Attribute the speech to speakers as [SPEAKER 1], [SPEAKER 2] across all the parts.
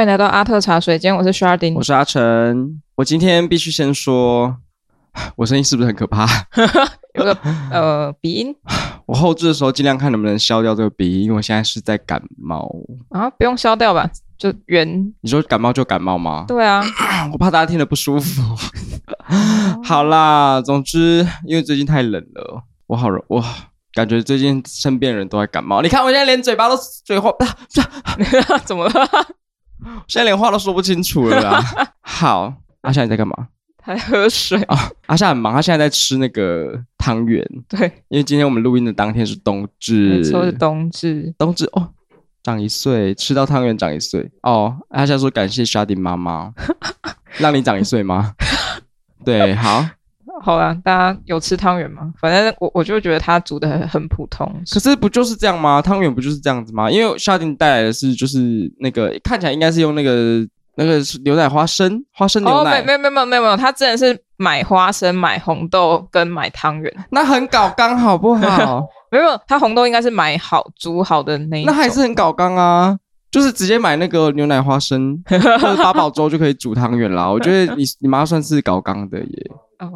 [SPEAKER 1] 迎来到阿特茶水间，我是 Sharding
[SPEAKER 2] 我。是阿成，我今天必须先说，我声音是不是很可怕？
[SPEAKER 1] 有 个呃鼻音
[SPEAKER 2] 我后置的时候尽量看能不能消掉这个鼻音，因为我现在是在感冒。
[SPEAKER 1] 啊，不用消掉吧，就原
[SPEAKER 2] 你说感冒就感冒吗？
[SPEAKER 1] 对哦啊，
[SPEAKER 2] 我怕大家听得不舒服。好啦，总之因为最近太冷了，我好我感觉最近身边人都在感冒。你看我现在连嘴巴都嘴话，
[SPEAKER 1] 怎么了？
[SPEAKER 2] 现在连话都说不清楚了啦。好，阿夏你在干嘛？
[SPEAKER 1] 还喝水？
[SPEAKER 2] 阿夏很忙，他现在在吃那个汤圆，
[SPEAKER 1] 对，
[SPEAKER 2] 因为今天我们录音的当天是冬
[SPEAKER 1] 没
[SPEAKER 2] 至，
[SPEAKER 1] 错，是冬至。
[SPEAKER 2] 冬至哦，长一岁，吃到汤圆长一岁哦。阿夏说感谢沙丁 妈妈，让你长一岁吗？ 对，好。
[SPEAKER 1] 好啦，大家有吃汤圆吗？反正我我就觉得它煮的很很普通，
[SPEAKER 2] 可是不就是这样吗？汤圆不就是这样子吗？因为沙丁带来的是就是那个看起来应该是用那个那个是牛奶花生花生牛
[SPEAKER 1] 哦，没
[SPEAKER 2] 奶，
[SPEAKER 1] 没有没有没有没有没有，他之前是买花生、买红豆跟买汤圆，
[SPEAKER 2] 那很搞刚好不好？
[SPEAKER 1] 没有，他红豆应该是买好煮好的那一
[SPEAKER 2] 那还
[SPEAKER 1] 种
[SPEAKER 2] 是很搞刚啊。就是直接买那个牛奶 花生或者八宝粥就可以煮汤圆啦。我觉得你你妈算是搞刚的耶，
[SPEAKER 1] 哦，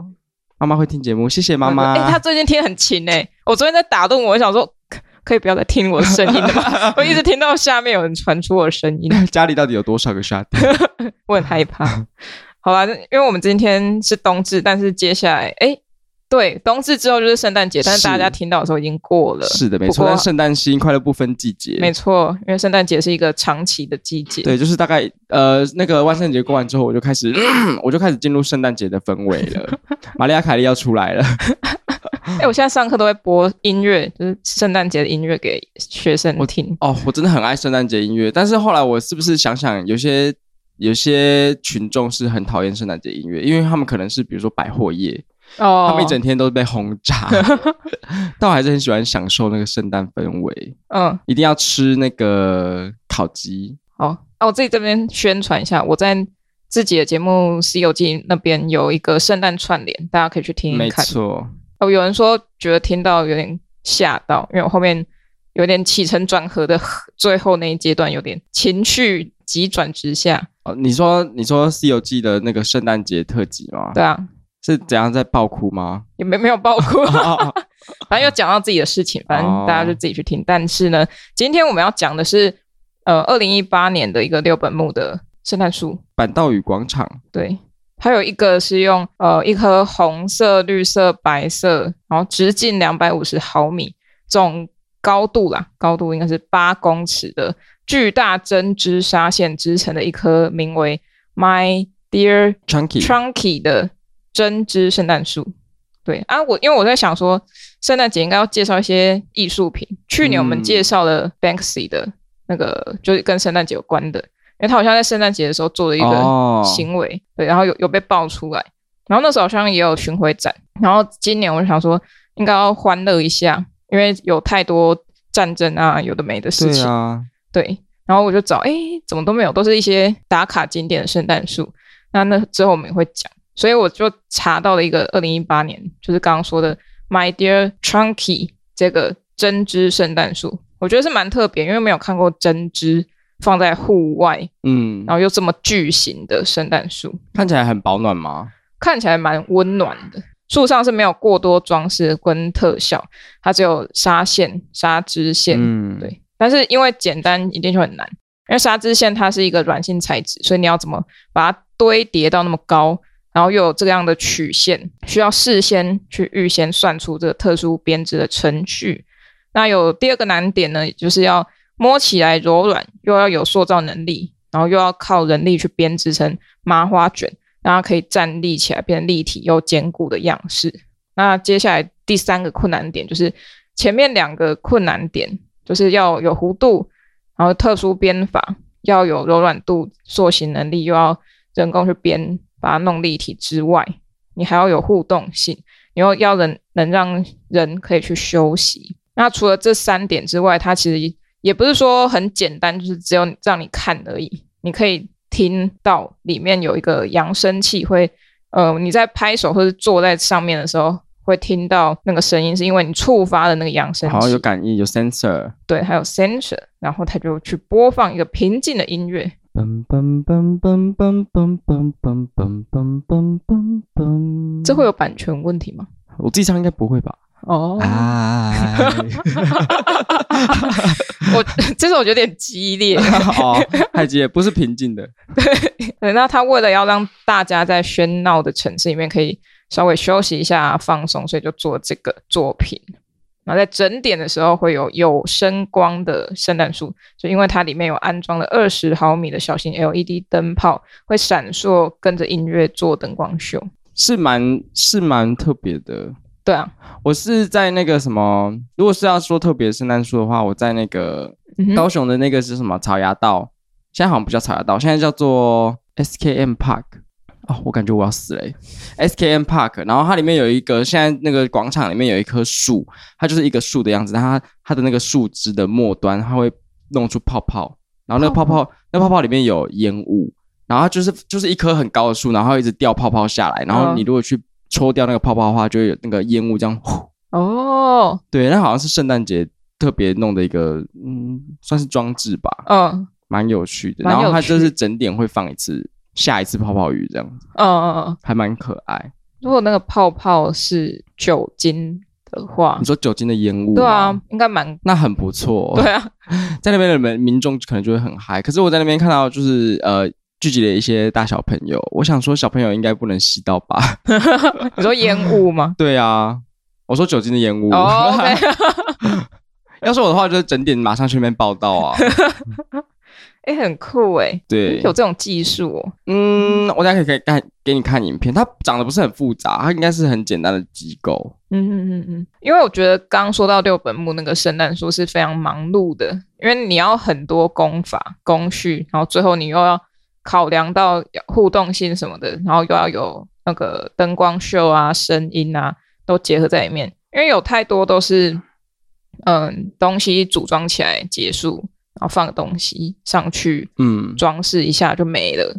[SPEAKER 2] 妈妈会听节目，谢谢妈妈。
[SPEAKER 1] 哎、他最近听很勤哎、我昨天在打动我，我想说可可以不要再听我的声音了 吗？我一直听到下面有人传出我的声音，
[SPEAKER 2] 家里到底有多少个沙丁？
[SPEAKER 1] 我很害 怕。好啦，那因为我们今天是冬至，但是接下来哎。对，冬至之后就是圣诞节，但是
[SPEAKER 2] 是
[SPEAKER 1] 大家听到的时候已经过了。
[SPEAKER 2] 是 的，没
[SPEAKER 1] 不
[SPEAKER 2] 错。
[SPEAKER 1] 过
[SPEAKER 2] 但圣诞新快乐不分季节，
[SPEAKER 1] 没错，因为圣诞节是一个长期的季节。
[SPEAKER 2] 对，就是大概呃，那个万圣节过完之后，我就开始， 我就开始进入圣诞节的氛围 了。玛利亚凯莉要出来了，
[SPEAKER 1] 哎、我现在上课都会播音乐，就是圣诞节的音乐给学生听。
[SPEAKER 2] 哦，我真的很爱圣诞节音乐，但是后来我是不是想想，有些有些群众是很讨厌圣诞节音乐，因为他们可能是比如说百货业，
[SPEAKER 1] 哦
[SPEAKER 2] 他们一整天都被轰 炸，但我还是很喜欢享受那个圣诞氛围，
[SPEAKER 1] 嗯，
[SPEAKER 2] 一定要吃那个烤鸡，
[SPEAKER 1] 好，那、我自己这边宣传一下，我在自己的节目《西游记》那边有一个圣诞串联，大家可以去听听
[SPEAKER 2] 没
[SPEAKER 1] 看。
[SPEAKER 2] 错。
[SPEAKER 1] 哦，有人说觉得听到有点吓到，因为我后面有点起承转合的 最后那一阶段，有点情绪急转直下。
[SPEAKER 2] 哦，你说你说《西游记》的那个圣诞节特辑吗？
[SPEAKER 1] 对啊，
[SPEAKER 2] 是怎样在爆哭吗？
[SPEAKER 1] 也没没有爆哭。
[SPEAKER 2] 哦
[SPEAKER 1] 反正有讲到自己的事情，反正
[SPEAKER 2] 哦
[SPEAKER 1] 大家就自己去听。但是呢，今天我们要讲的是，呃，二零一八年的一个六本木的圣诞树，
[SPEAKER 2] 板道与广场，
[SPEAKER 1] 对，还有一个是用呃一颗红色、绿色、白色，然后直径两百五十毫米，总高度啦，高度应该是八公尺的巨大针织纱线织成的一颗名为 My Dear
[SPEAKER 2] Chunky
[SPEAKER 1] Trunky 的针织圣诞树。对啊，我因为我在想说，圣诞节应该要介绍一些艺术品。去年我们
[SPEAKER 2] 嗯
[SPEAKER 1] 介绍了 Banksy 的那个，就是跟圣诞节有关的，因为他好像在圣诞节的时候做了一个
[SPEAKER 2] 哦，
[SPEAKER 1] 行为，对，然后有有被爆出来，然后那时候好像也有巡回展，然后今年我就想说应该要欢乐一下，因为有太多战争啊，有的没的事
[SPEAKER 2] 对
[SPEAKER 1] 情，
[SPEAKER 2] 啊，
[SPEAKER 1] 对，然后我就找，哎，怎么都没有，都是一些打卡景点的圣诞树。那那之后我们也会讲，所以我就查到了一个二零一八年，就是刚刚说的 My Dear Trunky 这个针织圣诞树，我觉得是蛮特别，因为没有看过针织放在户外，
[SPEAKER 2] 嗯，
[SPEAKER 1] 然后又这么巨型的圣诞树，
[SPEAKER 2] 看起来很保暖吗？
[SPEAKER 1] 看起来蛮温暖的。树上是没有过多装饰跟特效，它只有纱线、纱织线，
[SPEAKER 2] 嗯，，
[SPEAKER 1] 对，但是因为简单一定就很难，因为纱织线它是一个软性材质，所以你要怎么把它堆叠到那么高，然后又有这样的曲线，需要事先去预先算出这个特殊编织的程序。那有第二个难点呢，就是要摸起来柔软，又要有塑造能力，然后又要靠人力去编织成麻花卷，让它可以站立起来，变成立体又坚固的样式。那接下来第三个困难点就是前面两个困难点，就是要有弧度，然后特殊编法，要有柔软度、塑形能力，又要人工去编把它弄立体之外，你还要有互动性，你又要能能让人可以去休息。那除了这三点之外，它其实也不是说很简单，就是只有让你看而已，你可以听到里面有一个扬声器会呃，你在拍手或者坐在上面的时候，会听到那个声音，是因为你触发了那个扬声
[SPEAKER 2] 好
[SPEAKER 1] 器
[SPEAKER 2] 有，感应，有 sensor，
[SPEAKER 1] 对，还有 sensor，然后它就去播放一个平静的音乐，
[SPEAKER 2] 嘣嘣嘣嘣嘣嘣嘣嘣嘣嘣嘣嘣嘣，
[SPEAKER 1] 这会有版权问题吗？
[SPEAKER 2] 我自己唱应该不会吧？
[SPEAKER 1] 嗯哦，
[SPEAKER 2] 哎，
[SPEAKER 1] 我 这首有点激烈。
[SPEAKER 2] 哦，太极也不是平静的，
[SPEAKER 1] 对，那他为了要让大家在喧闹的城市里面可以稍微休息一下、啊放松，所以就做这个作品。然后在整点的时候会有有声光的圣诞树，就因为它里面有安装了二十毫米的小型 LED 灯泡，会闪烁，跟着音乐做灯光秀。
[SPEAKER 2] 是蛮是蛮特别的。
[SPEAKER 1] 对啊，
[SPEAKER 2] 我是在那个什么，如果是要说特别圣诞树的话，我在那个
[SPEAKER 1] 嗯哼
[SPEAKER 2] 高雄的那个是什么草芽道，现在好像不叫草芽道，现在叫做 SKM Park。哦，我感觉我要死嘞、SKM Park，然后它里面有一个，现在那个广场里面有一棵树，它就是一个树的样子，但它它的那个树枝的末端，它会弄出泡泡，然后那个泡泡，那泡泡里面有烟雾，然后它就是就是一棵很高的树，然后它一直掉泡泡下来，然后
[SPEAKER 1] 嗯
[SPEAKER 2] 你如果去抽掉那个泡泡的话，就会有那个烟雾这样呼
[SPEAKER 1] 哦，
[SPEAKER 2] 对，那好像是圣诞节特别弄的一个，嗯，算是装置吧，
[SPEAKER 1] 嗯
[SPEAKER 2] 蛮有趣的。
[SPEAKER 1] 蛮
[SPEAKER 2] 然
[SPEAKER 1] 有
[SPEAKER 2] 后它就
[SPEAKER 1] 趣
[SPEAKER 2] 是整点会放一次，下一次泡泡雨这样子，
[SPEAKER 1] 嗯嗯嗯，
[SPEAKER 2] 还蛮可爱。
[SPEAKER 1] 如果那个泡泡是酒精的话
[SPEAKER 2] 你，说酒精的烟雾，
[SPEAKER 1] 对啊，，应该蛮
[SPEAKER 2] 那很不错、哦
[SPEAKER 1] 对啊，
[SPEAKER 2] 在那边的民民众可能就会很嗨，可是我在那边看到就是呃。聚集了一些大小朋友，我想说小朋友应该不能吸到吧？？
[SPEAKER 1] 你说烟雾吗
[SPEAKER 2] 对啊，我说酒精的烟雾。
[SPEAKER 1] 哦，OK，
[SPEAKER 2] 要是我的话，就是整点马上去那边报道啊。
[SPEAKER 1] 哎、很酷哎、
[SPEAKER 2] 对，
[SPEAKER 1] 有这种技术哦。
[SPEAKER 2] 嗯，我等下可以看给你看影片，它长得不是很复杂，它应该是很简单的机构。
[SPEAKER 1] 嗯嗯嗯嗯，因为我觉得刚说到六本木那个圣诞树是非常忙碌的，因为你要很多功法工序，然后最后你又要考量到互动性什么的，然后又要有那个灯光秀啊、声音啊都结合在里面，因为有太多都是嗯东西组装起来结束，然后放个东西上去
[SPEAKER 2] 嗯，
[SPEAKER 1] 装饰一下就没了。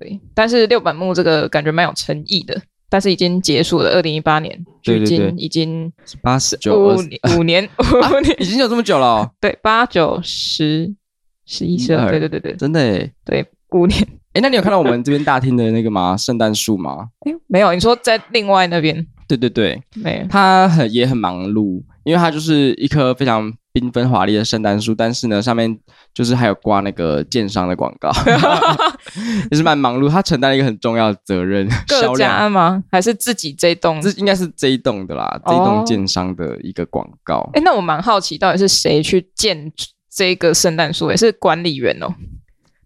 [SPEAKER 1] 对，但是六本木这个感觉蛮有诚意的，但是已经结束了，二零一八年，
[SPEAKER 2] 对
[SPEAKER 1] 距
[SPEAKER 2] 对对
[SPEAKER 1] 今已经
[SPEAKER 2] 八十九
[SPEAKER 1] 五
[SPEAKER 2] 二十，
[SPEAKER 1] 年 五年五年，
[SPEAKER 2] 已经有这么久了哦、
[SPEAKER 1] 对，八九十十一十
[SPEAKER 2] 12
[SPEAKER 1] 二，对对对对
[SPEAKER 2] 真的诶。
[SPEAKER 1] 对，五年。
[SPEAKER 2] 诶，那你有看到我们这边大厅的那个吗？圣诞树吗？
[SPEAKER 1] 哎，没有，你说在另外那边
[SPEAKER 2] 对对对，
[SPEAKER 1] 没有？
[SPEAKER 2] 它很也很忙碌，因为它就是一棵非常缤纷华丽的圣诞树，但是呢，上面就是还有挂那个建商的广 告，也是蛮忙碌。它承担了一个很重要的责任，销
[SPEAKER 1] 各
[SPEAKER 2] 量。
[SPEAKER 1] 家吗？还是自己这栋
[SPEAKER 2] 这？应该是这一栋的啦，这一
[SPEAKER 1] 哦
[SPEAKER 2] 栋建商的一个广告。
[SPEAKER 1] 哎，那我蛮好奇，到底是谁去建这个圣诞树？也是管理员哦，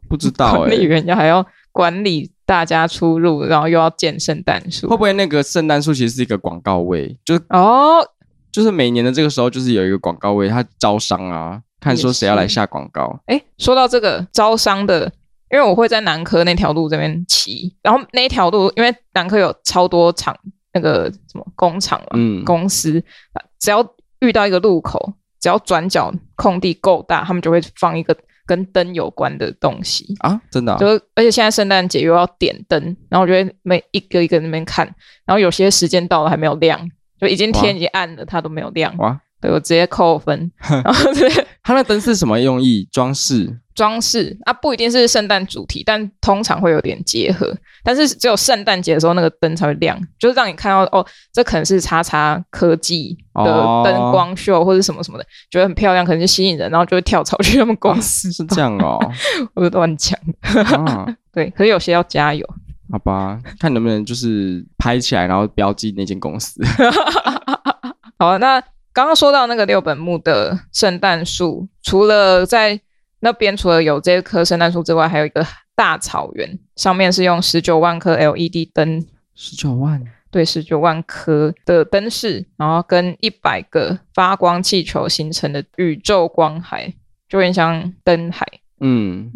[SPEAKER 2] 不知道哎、
[SPEAKER 1] 管理员要还要管理大家出入，然后又要建圣诞树
[SPEAKER 2] 会。不会那个圣诞树其实是一个广告位？就是
[SPEAKER 1] 哦，
[SPEAKER 2] 就是每年的这个时候，就是有一个广告位，它招商啊，看说谁要来下广告。
[SPEAKER 1] 哎，说到这个招商的，因为我会在南科那条路这边骑，然后那一条路因为南科有超多厂那个什么工厂嘛，
[SPEAKER 2] 嗯，
[SPEAKER 1] 公司，只要遇到一个路口，只要转角空地够大，他们就会放一个跟灯有关的东西。
[SPEAKER 2] 啊，真的啊、
[SPEAKER 1] 就是，而且现在圣诞节又要点灯，然后我就会每一个一个那边看，然后有些时间到了还没有亮，就已经天已经暗了，它都没有亮，
[SPEAKER 2] 哇，
[SPEAKER 1] 对我直接扣分， 然后直接
[SPEAKER 2] 它那灯是什么用意？装饰
[SPEAKER 1] 装饰啊，不一定是圣诞主题，但通常会有点结合。但是只有圣诞节的时候，那个灯才会亮，就是让你看到哦，这可能是叉叉科技的
[SPEAKER 2] 哦
[SPEAKER 1] 灯光秀或者什么什么的，觉得很漂亮，可能就吸引人，然后就会跳槽去他们公 司。
[SPEAKER 2] 是这 样哦。
[SPEAKER 1] 我就乱讲，
[SPEAKER 2] 啊，
[SPEAKER 1] 对。可是有些要加油，
[SPEAKER 2] 好吧，看能不能就是拍起来，然后标记那间公司。
[SPEAKER 1] 好啊，那刚刚说到那个六本木的圣诞树，除了在那边除了有这棵圣诞树之外，还有一个大草原，上面是用十九万颗 LED 灯
[SPEAKER 2] 十九万，
[SPEAKER 1] 对十九万颗的灯饰，然后跟一百个发光气球形成的宇宙光海，就有点像灯海。
[SPEAKER 2] 嗯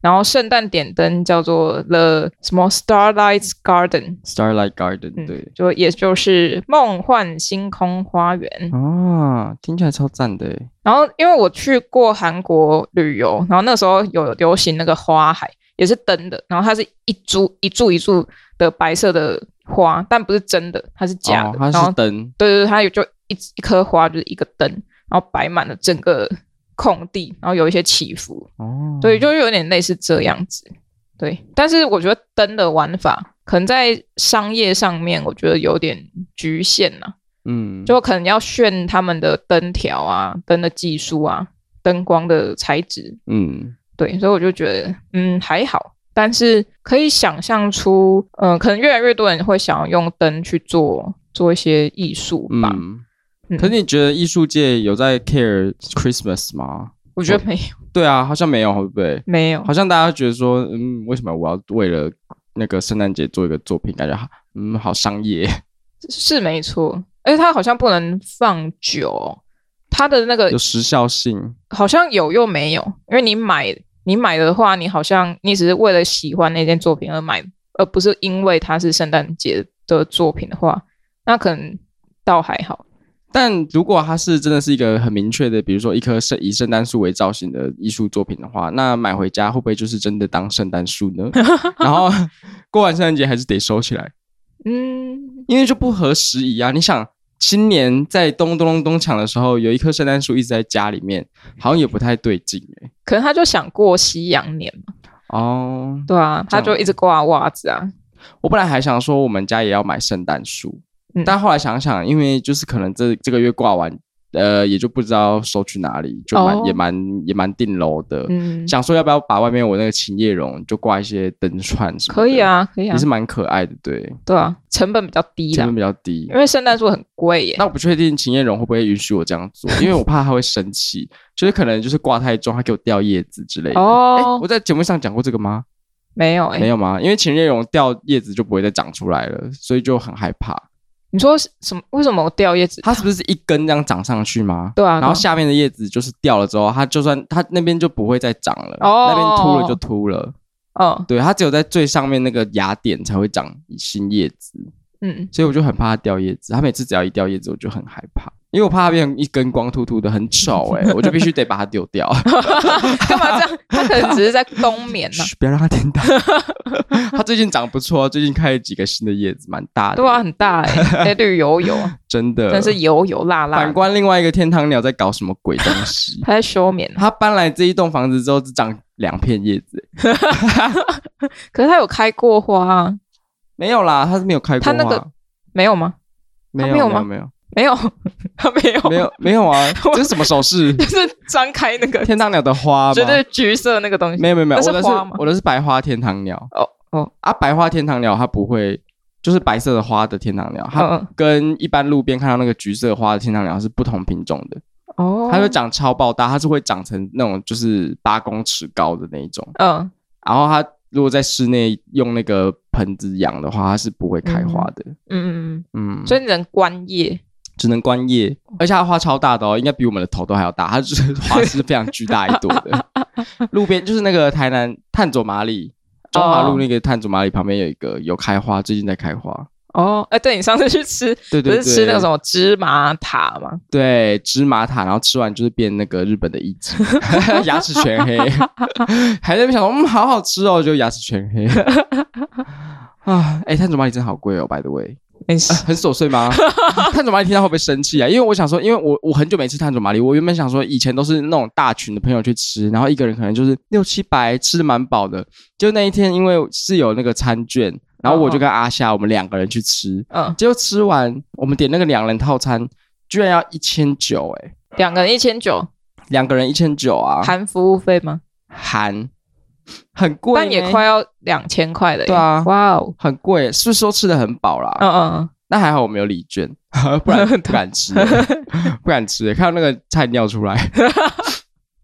[SPEAKER 1] 然后圣诞点灯叫做 The 什么 Starlight Garden，
[SPEAKER 2] ，Starlight Garden，、
[SPEAKER 1] 嗯
[SPEAKER 2] 对。
[SPEAKER 1] 就也就是梦幻星空花园。
[SPEAKER 2] 啊，听起来超赞的欸耶
[SPEAKER 1] 然后因为我去过韩国旅游，然后那时候有流行那个花海，也是灯的，然后它是一株一柱一柱的白色的花，但不是真的，它是假的，
[SPEAKER 2] 哦它
[SPEAKER 1] 然后
[SPEAKER 2] 是灯，
[SPEAKER 1] 对对，对，它有就一一颗花就是一个灯，然后摆满了整个空地，然后有一些起伏，
[SPEAKER 2] 哦，
[SPEAKER 1] 所以就有点类似这样子。对，但是我觉得灯的玩法可能在商业上面，我觉得有点局限呐、
[SPEAKER 2] 嗯，
[SPEAKER 1] 就可能要炫他们的灯条啊、灯的技术啊、灯光的材质，
[SPEAKER 2] 嗯
[SPEAKER 1] 对，所以我就觉得，嗯，还好，但是可以想象出，嗯、可能越来越多人会想要用灯去做做一些艺术吧。
[SPEAKER 2] 嗯。
[SPEAKER 1] 嗯
[SPEAKER 2] 可是你觉得艺术界有在 care Christmas 吗？
[SPEAKER 1] 我觉得没有，
[SPEAKER 2] 对啊，好像没有，对不对？
[SPEAKER 1] 没有，
[SPEAKER 2] 好像大家觉得说，嗯，为什么我要为了那个圣诞节做一个作品？感觉好，嗯，好商业。
[SPEAKER 1] 是没错。而且它好像不能放久，它的那个
[SPEAKER 2] 有时效性。
[SPEAKER 1] 好像有又没有，因为你买你买的话，你好像你只是为了喜欢那件作品而买，而不是因为它是圣诞节的作品的话，那可能倒还好。
[SPEAKER 2] 但如果它是真的是一个很明确的，比如说一棵圣以圣诞树为造型的艺术作品的话，那买回家会不会就是真的当圣诞树 呢？然后过完圣诞节还是得收起来，
[SPEAKER 1] 嗯，
[SPEAKER 2] 因为就不合时宜啊！你想，新年在咚咚咚咚抢的时候，有一棵圣诞树一直在家里面，好像也不太对劲哎、
[SPEAKER 1] 可能他就想过西洋年嘛，
[SPEAKER 2] 哦、
[SPEAKER 1] 对啊，
[SPEAKER 2] 这
[SPEAKER 1] 他
[SPEAKER 2] 样
[SPEAKER 1] 就一直挂袜子啊，
[SPEAKER 2] 我本来还想说我们家也要买圣诞树，
[SPEAKER 1] 嗯
[SPEAKER 2] 但后来想想，因为就是可能这这个月挂完，呃，也就不知道收去哪里，就蛮、
[SPEAKER 1] 哦
[SPEAKER 2] 也蛮也蛮定楼的。
[SPEAKER 1] 嗯，
[SPEAKER 2] 想说要不要把外面我那个琴叶榕就挂一些灯串什么的
[SPEAKER 1] 可以，啊，可以啊
[SPEAKER 2] 也是，蛮可爱的，对，
[SPEAKER 1] 对啊，成本比较低
[SPEAKER 2] 成
[SPEAKER 1] 啦啊
[SPEAKER 2] 本，比较低
[SPEAKER 1] 因。为圣诞树很贵耶，
[SPEAKER 2] 那我不确定秦叶榕会不会允许我这样做，因为我怕他会生气，就是可能就是挂太重，他给我掉叶子之类的。
[SPEAKER 1] 哦
[SPEAKER 2] 诶我在节目上讲过这个吗？
[SPEAKER 1] 没有哎、
[SPEAKER 2] 没有吗？因为秦叶榕掉叶子就不会再长出来了，所以就很害怕。
[SPEAKER 1] 你说是什么？为什么我掉叶子？
[SPEAKER 2] 它是不是一根这样长上去吗？
[SPEAKER 1] 对啊，
[SPEAKER 2] 然后
[SPEAKER 1] 对啊
[SPEAKER 2] 下面的叶子就是掉了之后，它就算它那边就不会再长了，
[SPEAKER 1] 哦
[SPEAKER 2] 那边秃了就秃了。
[SPEAKER 1] 哦，
[SPEAKER 2] 对，它只有在最上面那个芽点才会长新叶子，
[SPEAKER 1] 嗯，
[SPEAKER 2] 所以我就很怕它掉叶子。它每次只要一掉叶子，我就很害怕，因为我怕它变成一根光秃秃的，很 丑哎、我就必须得把它丢掉，
[SPEAKER 1] 干嘛这样？他可能只是在冬眠呐、
[SPEAKER 2] 嘘不要让它听到。 它最近长得不错，啊最近开了几个新的叶子，蛮大的，
[SPEAKER 1] 对啊，很大哎、欸，那绿油油，
[SPEAKER 2] 真的。
[SPEAKER 1] 真是油油辣辣
[SPEAKER 2] 反
[SPEAKER 1] 的，
[SPEAKER 2] 观另外一个天堂鸟在搞什么鬼东西？
[SPEAKER 1] 他在休眠啊。
[SPEAKER 2] 他搬来这一栋房子之后，只长两片叶子。欸
[SPEAKER 1] 可是他有开过花、啊，
[SPEAKER 2] 没有啦，他是没有开过
[SPEAKER 1] 他
[SPEAKER 2] 花，
[SPEAKER 1] 那个没有吗？
[SPEAKER 2] 没有
[SPEAKER 1] 他没有
[SPEAKER 2] 没有
[SPEAKER 1] 吗
[SPEAKER 2] 没有
[SPEAKER 1] 没有，他没有，？
[SPEAKER 2] 没，有没有啊！这是什么手 势
[SPEAKER 1] 就是张开那个，
[SPEAKER 2] 天堂鸟的花吗？
[SPEAKER 1] 就是橘色那个东西。
[SPEAKER 2] 没有没有没有，
[SPEAKER 1] 那是
[SPEAKER 2] 我的是
[SPEAKER 1] 花吗
[SPEAKER 2] 我的是白花天堂鸟
[SPEAKER 1] 哦哦，
[SPEAKER 2] 啊，白花天堂鸟它不会，就是白色的花的天堂鸟，它
[SPEAKER 1] 嗯
[SPEAKER 2] 跟一般路边看到那个橘色花的天堂鸟是不同品种的，
[SPEAKER 1] 哦，
[SPEAKER 2] 它会长超爆大，它是会长成那种就是八公尺高的那一种，
[SPEAKER 1] 嗯
[SPEAKER 2] 然后它如果在室内用那个盆子养的话，它是不会开花的，
[SPEAKER 1] 嗯嗯
[SPEAKER 2] 嗯，
[SPEAKER 1] 嗯，所以你只能观叶，
[SPEAKER 2] 只能观叶，而且它花超大的哦，应该比我们的头都还要大，它就是花是非常巨大一朵 的。路边就是那个台南探索马里，
[SPEAKER 1] 哦
[SPEAKER 2] 中华路那个探索马里旁边有一个有开花，最近在开花。
[SPEAKER 1] 哦，哎、对你上次去吃，
[SPEAKER 2] 对
[SPEAKER 1] 不
[SPEAKER 2] 对对，
[SPEAKER 1] 是吃那个什么芝麻塔吗？
[SPEAKER 2] 对芝麻塔，然后吃完就是变那个日本的一 级，牙齿全黑，还在那边想说嗯好好吃哦，就牙齿全 黑。啊，哎、探索马里真的好贵哦，by the way。
[SPEAKER 1] 没事，
[SPEAKER 2] 很琐碎吗？ 探索马里听到会不会生气啊？因为我想说，因为我我很久没吃探索马里，我原本想说以前都是那种大群的朋友去吃，然后一个人可能就是六七百，吃的蛮饱的。就那一天，因为是有那个餐券，然后我就跟阿夏我们两个人去吃，
[SPEAKER 1] 嗯，
[SPEAKER 2] 结果吃完我们点那个两人套餐，居然要一千九，哎，
[SPEAKER 1] 两个人一千九，
[SPEAKER 2] 两个人一千九啊，
[SPEAKER 1] 含服务费吗？
[SPEAKER 2] 含很贵呢，
[SPEAKER 1] 但也快要两千块了耶，
[SPEAKER 2] 对啊
[SPEAKER 1] 哇哦，
[SPEAKER 2] 很贵，是说吃的很饱啦，
[SPEAKER 1] 嗯嗯
[SPEAKER 2] 那还好我没有礼券，不然不敢吃欸，不敢吃欸，看到那个菜尿 出来，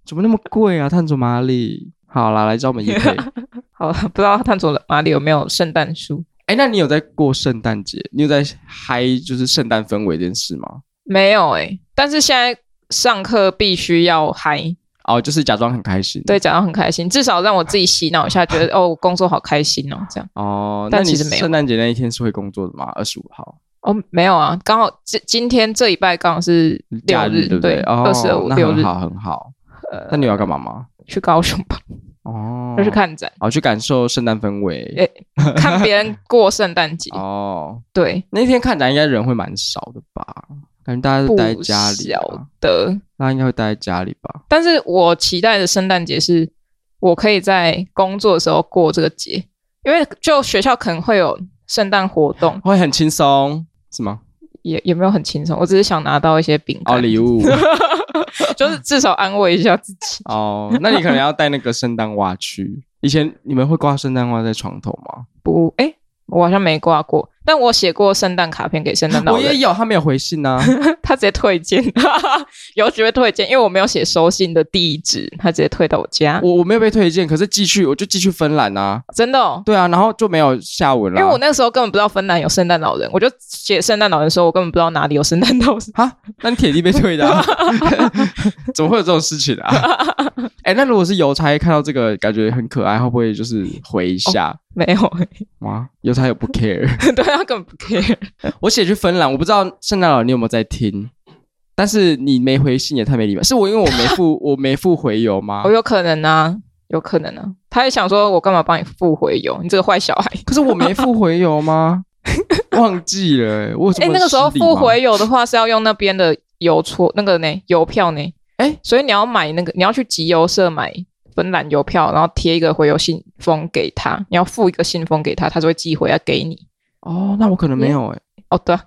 [SPEAKER 2] 怎么那么贵啊？探索马里，好啦，来找我们一 配。
[SPEAKER 1] 嗯，好了，不知道探索马里有没有圣诞树？
[SPEAKER 2] 哎、那你有在过圣诞节？你有在嗨就是圣诞氛围这件事吗？
[SPEAKER 1] 没有哎、但是现在上课必须要嗨，
[SPEAKER 2] 哦，就是假装很开心。
[SPEAKER 1] 对，讲到很开心，至少让我自己洗脑一下，觉得哦，我工作好开心哦，这样。
[SPEAKER 2] 哦，
[SPEAKER 1] 但
[SPEAKER 2] 那你
[SPEAKER 1] 其实没有
[SPEAKER 2] 圣诞节那一天是会工作的吗？二十五号
[SPEAKER 1] 哦，没有啊，刚好今今天这礼拜刚好是六
[SPEAKER 2] 假对不
[SPEAKER 1] 对，
[SPEAKER 2] 哦，
[SPEAKER 1] 二十五
[SPEAKER 2] 那
[SPEAKER 1] 六
[SPEAKER 2] 很
[SPEAKER 1] 日
[SPEAKER 2] 好很好。那
[SPEAKER 1] 呃，
[SPEAKER 2] 你有要干嘛吗？
[SPEAKER 1] 去高雄吧，
[SPEAKER 2] 哦，
[SPEAKER 1] 呃就去看展，
[SPEAKER 2] 哦，去感受圣诞氛围。
[SPEAKER 1] 诶看别人过圣诞节。
[SPEAKER 2] 哦，
[SPEAKER 1] 对，
[SPEAKER 2] 那天看展应该人会蛮少的吧？感觉大家都
[SPEAKER 1] 不
[SPEAKER 2] 待在家里、
[SPEAKER 1] 晓
[SPEAKER 2] 啊，
[SPEAKER 1] 得。
[SPEAKER 2] 大家应该会待在家里吧？
[SPEAKER 1] 但是我期待的圣诞节是，我可以在工作的时候过这个节，因为就学校可能会有圣诞活动，
[SPEAKER 2] 会很轻松是吗？
[SPEAKER 1] 也也没有很轻松。我只是想拿到一些饼干
[SPEAKER 2] 哦，礼物
[SPEAKER 1] 就是至少安慰一下自己。
[SPEAKER 2] 哦，那你可能要带那个圣诞袜去。以前你们会挂圣诞袜在床头吗？
[SPEAKER 1] 不，哎，我好像没挂过，但我写过圣诞卡片给圣诞老
[SPEAKER 2] 我也
[SPEAKER 1] 人，
[SPEAKER 2] 有，他没有回信呢、啊。
[SPEAKER 1] 他直接退件， 邮局会退件，因为我没有写收信的地址，他直接退到我家。
[SPEAKER 2] 我我没有被推荐，可是继续我就继续芬兰啊。
[SPEAKER 1] 真的、哦，
[SPEAKER 2] 对啊，然后就没有下文
[SPEAKER 1] 因
[SPEAKER 2] 了。
[SPEAKER 1] 为我那时候根本不知道芬兰有圣诞老人，我就写圣诞老人的时候，我根本不知道哪里有圣诞老人。
[SPEAKER 2] 哈，那你铁定被退的、啊，怎么会有这种事情啊？哎、那如果是邮差看到这个，感觉很可爱，会不会就是回一下？
[SPEAKER 1] 没有，
[SPEAKER 2] 哇，邮差有不 care。
[SPEAKER 1] 对他根本不 care。
[SPEAKER 2] 我写去芬兰，我不知道圣诞老人你有没有在听，但是你没回信也太没礼貌。是我因为我没付，我没付回邮吗
[SPEAKER 1] 我？有可能啊，有可能啊。他也想说，我干嘛帮你付回邮？你这个坏小孩。
[SPEAKER 2] 可是我没付回邮吗？忘记了、欸，我有什
[SPEAKER 1] 哎、
[SPEAKER 2] 么
[SPEAKER 1] 那个时候
[SPEAKER 2] 失礼吗
[SPEAKER 1] 付回邮的话是要用那边的邮戳，那个呢邮票呢。
[SPEAKER 2] 哎
[SPEAKER 1] 所以你要买那个，你要去集邮社买芬兰邮票，然后贴一个回邮信封给他，你要付一个信封给他，他就会寄回来给你。
[SPEAKER 2] 哦，那我可能没有哎、
[SPEAKER 1] 哦，对、啊，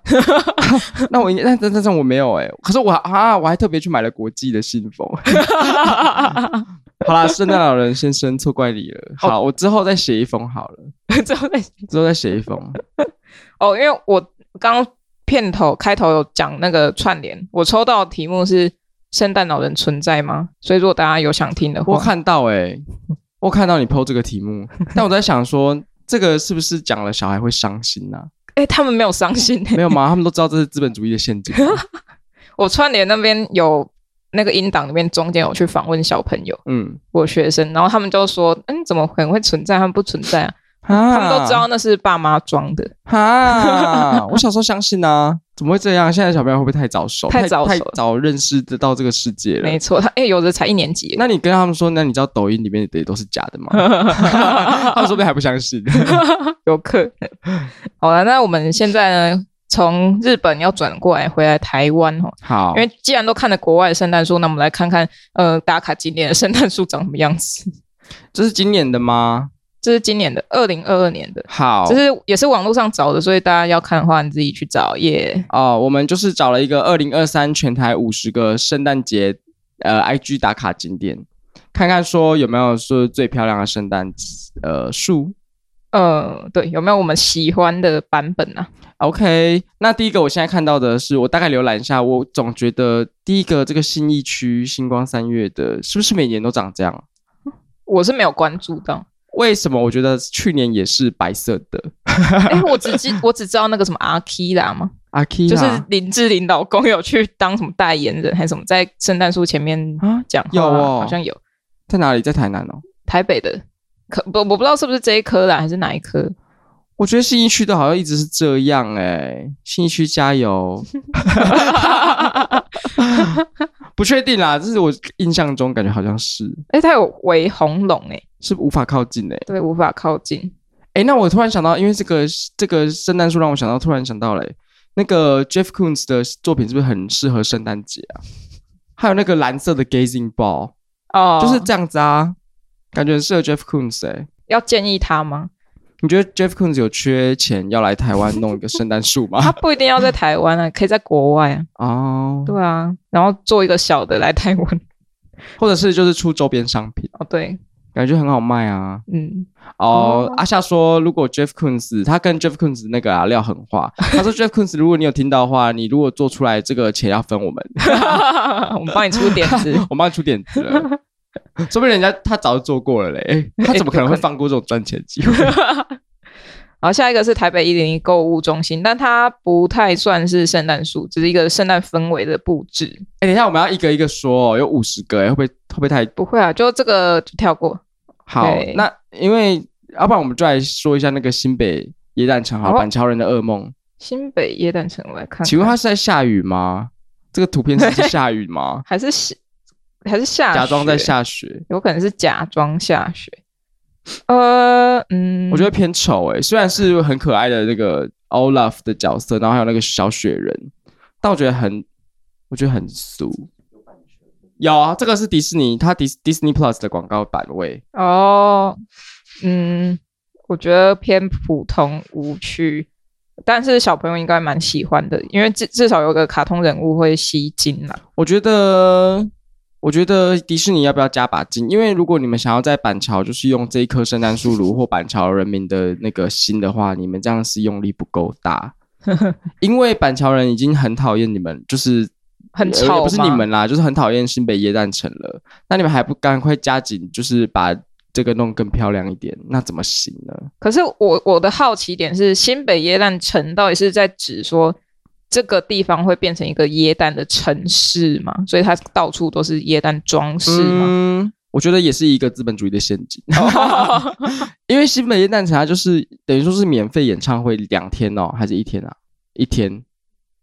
[SPEAKER 2] 那我应该，但但但是我没有哎、可是我啊，我还特别去买了国际的信封。好啦，圣诞老人先生错怪你了。好，我之后再写一封好了，
[SPEAKER 1] 之后再
[SPEAKER 2] 之后再写一封。
[SPEAKER 1] 哦，因为我刚刚片头开头有讲那个串联，我抽到的题目是“圣诞老人存在吗”，所以如果大家有想听的
[SPEAKER 2] 我
[SPEAKER 1] 话，
[SPEAKER 2] 看到哎、我看到你 PO 这个 题目，但我在想说，这个是不是讲了小孩会伤 心呐、
[SPEAKER 1] 哎，他们没有伤心、
[SPEAKER 2] 没有吗？他们都知道这是资本主义的陷 阱。
[SPEAKER 1] 我串联那边有那个音档里面中间有去访问小朋友，
[SPEAKER 2] 嗯，
[SPEAKER 1] 我学生，然后他们就说：“嗯，怎么可能会存在？他们不存在啊！”
[SPEAKER 2] 他
[SPEAKER 1] 他们都知道那是爸妈装的，
[SPEAKER 2] 哈，我小时候相信啊，怎么会这样？现在小朋友会不会太早熟？
[SPEAKER 1] 太早熟
[SPEAKER 2] 太早认识得到这个世界了
[SPEAKER 1] 没。错。他哎、有的才一年级，
[SPEAKER 2] 那你跟他们说，那你知道抖音里面的也都是假 的吗？他们说不定还不相信。
[SPEAKER 1] 有可 能。好了，那我们现在呢，从日本要转过来回来台湾哦，
[SPEAKER 2] 好
[SPEAKER 1] 因，为既然都看了国外的圣诞树，那我们来看看，呃，打卡今年的圣诞树长什么样子。
[SPEAKER 2] 这是今年的吗？
[SPEAKER 1] 这是今年的，二零二二年的，
[SPEAKER 2] 好
[SPEAKER 1] 这，是也是网络上找的，所以大家要看的话，你自己去找耶。
[SPEAKER 2] 哦，我们就是找了一个二零二三全台五十个圣诞节呃 IG 打卡景点，看看说有没有说最漂亮的圣诞呃树。
[SPEAKER 1] 呃，对，有没有我们喜欢的版本啊？
[SPEAKER 2] OK，那第一个我现在看到的是，我大概浏览一下，我总觉得第一个这个信义区星光三月的，是不是每年都长这样？
[SPEAKER 1] 我是没有关注到，
[SPEAKER 2] 为什么我觉得去年也是白色的？
[SPEAKER 1] 哎，我只 记我只知道那个什么阿 k 啦嘛，
[SPEAKER 2] 阿 k 啊
[SPEAKER 1] 就是林志玲老公有去当什么代言人还是什么，在圣诞树前面
[SPEAKER 2] 啊
[SPEAKER 1] 讲话啊
[SPEAKER 2] 有哦
[SPEAKER 1] 好像有
[SPEAKER 2] 在哪里？在台南哦。
[SPEAKER 1] 台北的，可不我不知道是不是这一颗啦，还是哪一颗？
[SPEAKER 2] 我觉得信义区的好像一直是这样哎、信义区 加油！不确定啦，这是我印象中感觉好像是
[SPEAKER 1] 哎，它有围红龙哎，
[SPEAKER 2] 是无法靠近哎、欸、
[SPEAKER 1] 对，无法靠近。
[SPEAKER 2] 哎、那我突然想到，因为这个这个圣诞树让我想到，突然想到嘞、那个 Jeff Koons 的作品是不是很适合圣诞节啊？还有那个蓝色的 Gazing Ball，、
[SPEAKER 1] 哦，
[SPEAKER 2] 就是这样子啊，感觉很适合 Jeff Koons 哎、
[SPEAKER 1] 要建议他吗？
[SPEAKER 2] 你觉得 Jeff Koons 有缺钱要来台湾弄一个圣诞树
[SPEAKER 1] 他
[SPEAKER 2] 吗？
[SPEAKER 1] 不一定要在台湾啊，可以在国外啊。
[SPEAKER 2] 哦、
[SPEAKER 1] 对啊，然后做一个小的来台湾。
[SPEAKER 2] 或者是就是出周边商品，
[SPEAKER 1] 哦，对，
[SPEAKER 2] 感觉很好卖啊。
[SPEAKER 1] 嗯，
[SPEAKER 2] 哦，阿夏说，如果 Jeff Koons 他跟 Jeff Koons 那个啊廖狠 话，他说 Jeff Koons 如果你有听到的话，你如果做出来这个钱要分我们，
[SPEAKER 1] 我们帮你出点子。
[SPEAKER 2] 我帮你出点 子了。说不定人家他早就做过了嘞，他怎么可能会放过这种赚钱
[SPEAKER 1] 哎
[SPEAKER 2] 机会？
[SPEAKER 1] 然后下一个是台北一零一购物中心，但它不太算是圣诞树，只是一个圣诞氛围的布置。
[SPEAKER 2] 哎、等一下我们要一个一个说、哦，有五十个哎，会不会会不会太
[SPEAKER 1] 不会啊，就这个就跳过。
[SPEAKER 2] 好
[SPEAKER 1] 对？
[SPEAKER 2] 那因为要不然我们就来说一下那个新北耶诞城好了，
[SPEAKER 1] 好啊
[SPEAKER 2] 板桥人的噩梦。
[SPEAKER 1] 新北耶诞城，我来看看
[SPEAKER 2] 请问他是在下雨吗？这个图片 是在下雨吗？
[SPEAKER 1] 还是下还是下
[SPEAKER 2] 假装在
[SPEAKER 1] 雪，
[SPEAKER 2] 下雪，
[SPEAKER 1] 有可能是假装下雪。呃，嗯，
[SPEAKER 2] 我觉得偏丑哎、虽然是很可爱的那个 Olaf 的角色，然后还有那个小雪人，但我觉得很我觉得很俗。有啊，这个是迪士尼，它迪 Disney Plus 的广告版位。
[SPEAKER 1] 哦，嗯，我觉得偏普通无趣，但是小朋友应该蛮喜欢的，因为至至少有个卡通人物会吸睛啊啦。
[SPEAKER 2] 我觉得，我觉得迪士尼要不要加把劲？因为如果你们想要在板桥就是用这一棵圣诞树炉或板桥人民的那个心的话，你们这样是用力不够 大，因为板桥人已经很讨厌你们，就是呃
[SPEAKER 1] 很
[SPEAKER 2] 也
[SPEAKER 1] 吵
[SPEAKER 2] 也不是你
[SPEAKER 1] 吗
[SPEAKER 2] 们啦，就是很讨厌新北耶诞城了。那你们还不赶快加紧，就是把这个弄更漂亮一点，那怎么行呢？
[SPEAKER 1] 可是我我的好奇点是，新北耶诞城到底是在指说这个地方会变成一个耶诞的城市吗？所以它到处都是耶诞装饰吗？
[SPEAKER 2] 嗯我觉得也是一个资本主义的陷 阱。嗯因为新北耶诞城它就是等于说是免费演唱会两天哦，还是一天啊？一天、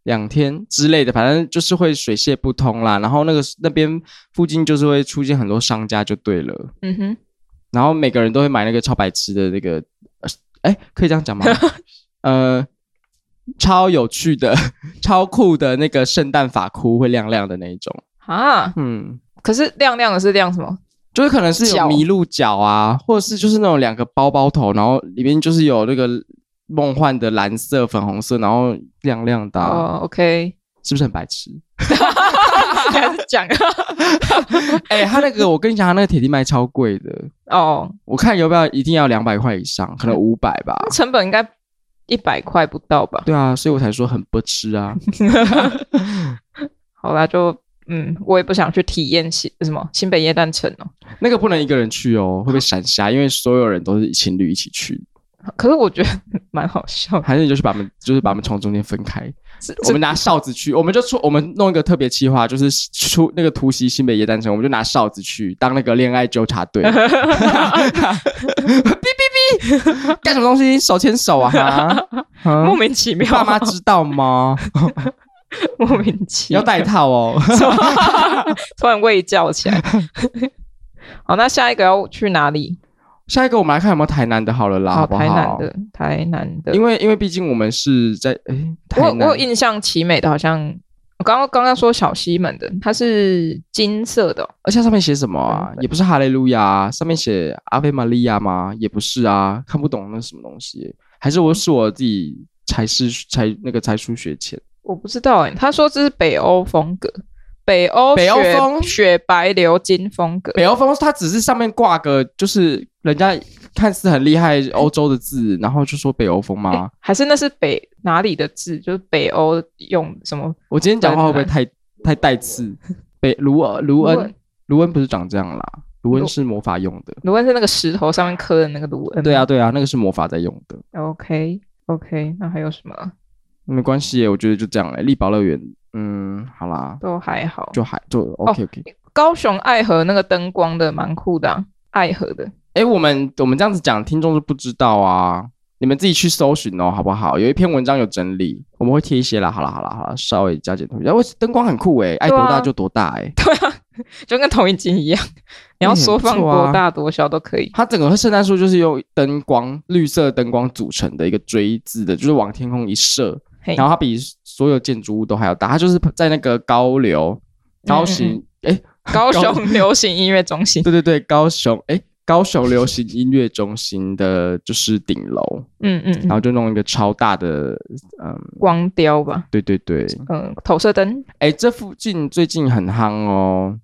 [SPEAKER 2] 两天之类的，反正就是会水泄不通啦。然后那个那边附近就是会出现很多商家就对了，
[SPEAKER 1] 嗯哼，
[SPEAKER 2] 然后每个人都会买那个超白痴的那个，呃哎、可以这样讲吗？呃，超有趣的、超酷的那个圣诞发箍会亮亮的那一种，
[SPEAKER 1] 啊，
[SPEAKER 2] 嗯。
[SPEAKER 1] 可是亮亮的是亮什么？
[SPEAKER 2] 就是可能是有
[SPEAKER 1] 角
[SPEAKER 2] 麋鹿角啊，或者是就是那种两个包包头，然后里面就是有那个梦幻的蓝色、粉红色，然后亮亮的
[SPEAKER 1] 哦、
[SPEAKER 2] 啊、
[SPEAKER 1] o k
[SPEAKER 2] 是不是很白痴？
[SPEAKER 1] 还是讲
[SPEAKER 2] 哎、他那个我跟你讲，他那个铁地麦超贵的，
[SPEAKER 1] 哦，
[SPEAKER 2] 我看要不要一定要两百块以上，可能五百吧。
[SPEAKER 1] 成本应该一百块不到吧？
[SPEAKER 2] 对啊，所以我才说很不吃啊。
[SPEAKER 1] 好啦，就嗯，我也不想去体验新什么新北耶诞城哦。
[SPEAKER 2] 那个不能一个人去哦，会被闪瞎，因为所有人都是情侣一起去。
[SPEAKER 1] 可是我觉得蛮好笑的，
[SPEAKER 2] 还是你就是把我们就是把我们从中间分开，
[SPEAKER 1] 嗯这
[SPEAKER 2] 我
[SPEAKER 1] 这
[SPEAKER 2] 们拿哨子去，我们就出，我们弄一个特别计划，就是出那个突袭新北耶诞城，我们就拿哨子去当那个恋爱纠察 队，哔哔 哔，干什么东西？手牵手啊？哈
[SPEAKER 1] 莫
[SPEAKER 2] 啊
[SPEAKER 1] 名其妙，
[SPEAKER 2] 爸妈知道 吗？
[SPEAKER 1] 莫名其
[SPEAKER 2] 要
[SPEAKER 1] 妙，
[SPEAKER 2] 带套 哦。
[SPEAKER 1] 突然喂叫起来。 好，那下一个要去哪里？
[SPEAKER 2] 下一个我们来看有没有台南的好了啦，好不好？
[SPEAKER 1] 哦台南，的，台南的
[SPEAKER 2] 因。为因为毕竟我们是在诶，
[SPEAKER 1] 我
[SPEAKER 2] 台
[SPEAKER 1] 有我
[SPEAKER 2] 南
[SPEAKER 1] 有印象，奇美的好像我刚刚刚刚说小西门的，它是金色的哦、
[SPEAKER 2] 而且它上面写什么啊
[SPEAKER 1] 版？本
[SPEAKER 2] 也不是哈利路亚、啊，上面写阿菲玛利亚吗？也不是啊，看不懂那是什么东西，还是我是我自己才是才那个才疏学浅。
[SPEAKER 1] 我不知道哎、他说这是北欧风格，北欧
[SPEAKER 2] 北欧
[SPEAKER 1] 雪
[SPEAKER 2] 风
[SPEAKER 1] 雪白鎏金风格。
[SPEAKER 2] 北欧风它只是上面挂个就是人家看似很厉害欧洲的字，然后就说北欧啊 风吗？
[SPEAKER 1] 还是那是北哪里的字？就是北欧用什么？
[SPEAKER 2] 我今天讲话会不会太太带刺？北卢尔卢
[SPEAKER 1] 卢
[SPEAKER 2] 恩
[SPEAKER 1] 恩
[SPEAKER 2] 卢恩不是长这样啦，卢恩
[SPEAKER 1] 卢
[SPEAKER 2] 是魔法用的。
[SPEAKER 1] 卢恩是那个石头上面刻的那个卢恩。
[SPEAKER 2] 对啊，对啊，那个是魔法在用的，
[SPEAKER 1] ，OK OK，那还有什么？
[SPEAKER 2] 没关系耶，我觉得就这样嘞。力宝乐园，嗯，好啦，
[SPEAKER 1] 都还好。
[SPEAKER 2] 就还就 OK OK。
[SPEAKER 1] 高雄爱河那个灯光的蛮酷的、啊，爱河的。
[SPEAKER 2] 哎、我们我们这样子讲，听众是不知道啊，你们自己去搜寻哦，好不好？有一篇文章有整理，我们会贴一些啦。好啦好啦好啦，稍微加减图一下。喂，灯光很酷哎、爱
[SPEAKER 1] 对
[SPEAKER 2] 多
[SPEAKER 1] 啊
[SPEAKER 2] 大就多大哎、
[SPEAKER 1] 就跟投影机一样，你要缩放多大多小都可以。
[SPEAKER 2] 它整个圣诞树就是用灯光绿色灯光组成的一个锥字的，就是往天空一射，
[SPEAKER 1] 嘿
[SPEAKER 2] 嗯然后它比所有建筑物都还要大。它就是在那个高流高
[SPEAKER 1] 嗯
[SPEAKER 2] 行哎、
[SPEAKER 1] 高
[SPEAKER 2] 高
[SPEAKER 1] 雄流行音乐中心，
[SPEAKER 2] 对对对，高雄哎、高雄流行音乐中心的就是顶楼，
[SPEAKER 1] 嗯嗯，
[SPEAKER 2] 然
[SPEAKER 1] 嗯
[SPEAKER 2] 后就弄一个超大的嗯。
[SPEAKER 1] 光雕吧，
[SPEAKER 2] 对对对，
[SPEAKER 1] 嗯，投射灯，
[SPEAKER 2] 哎、这附近最近很夯哦。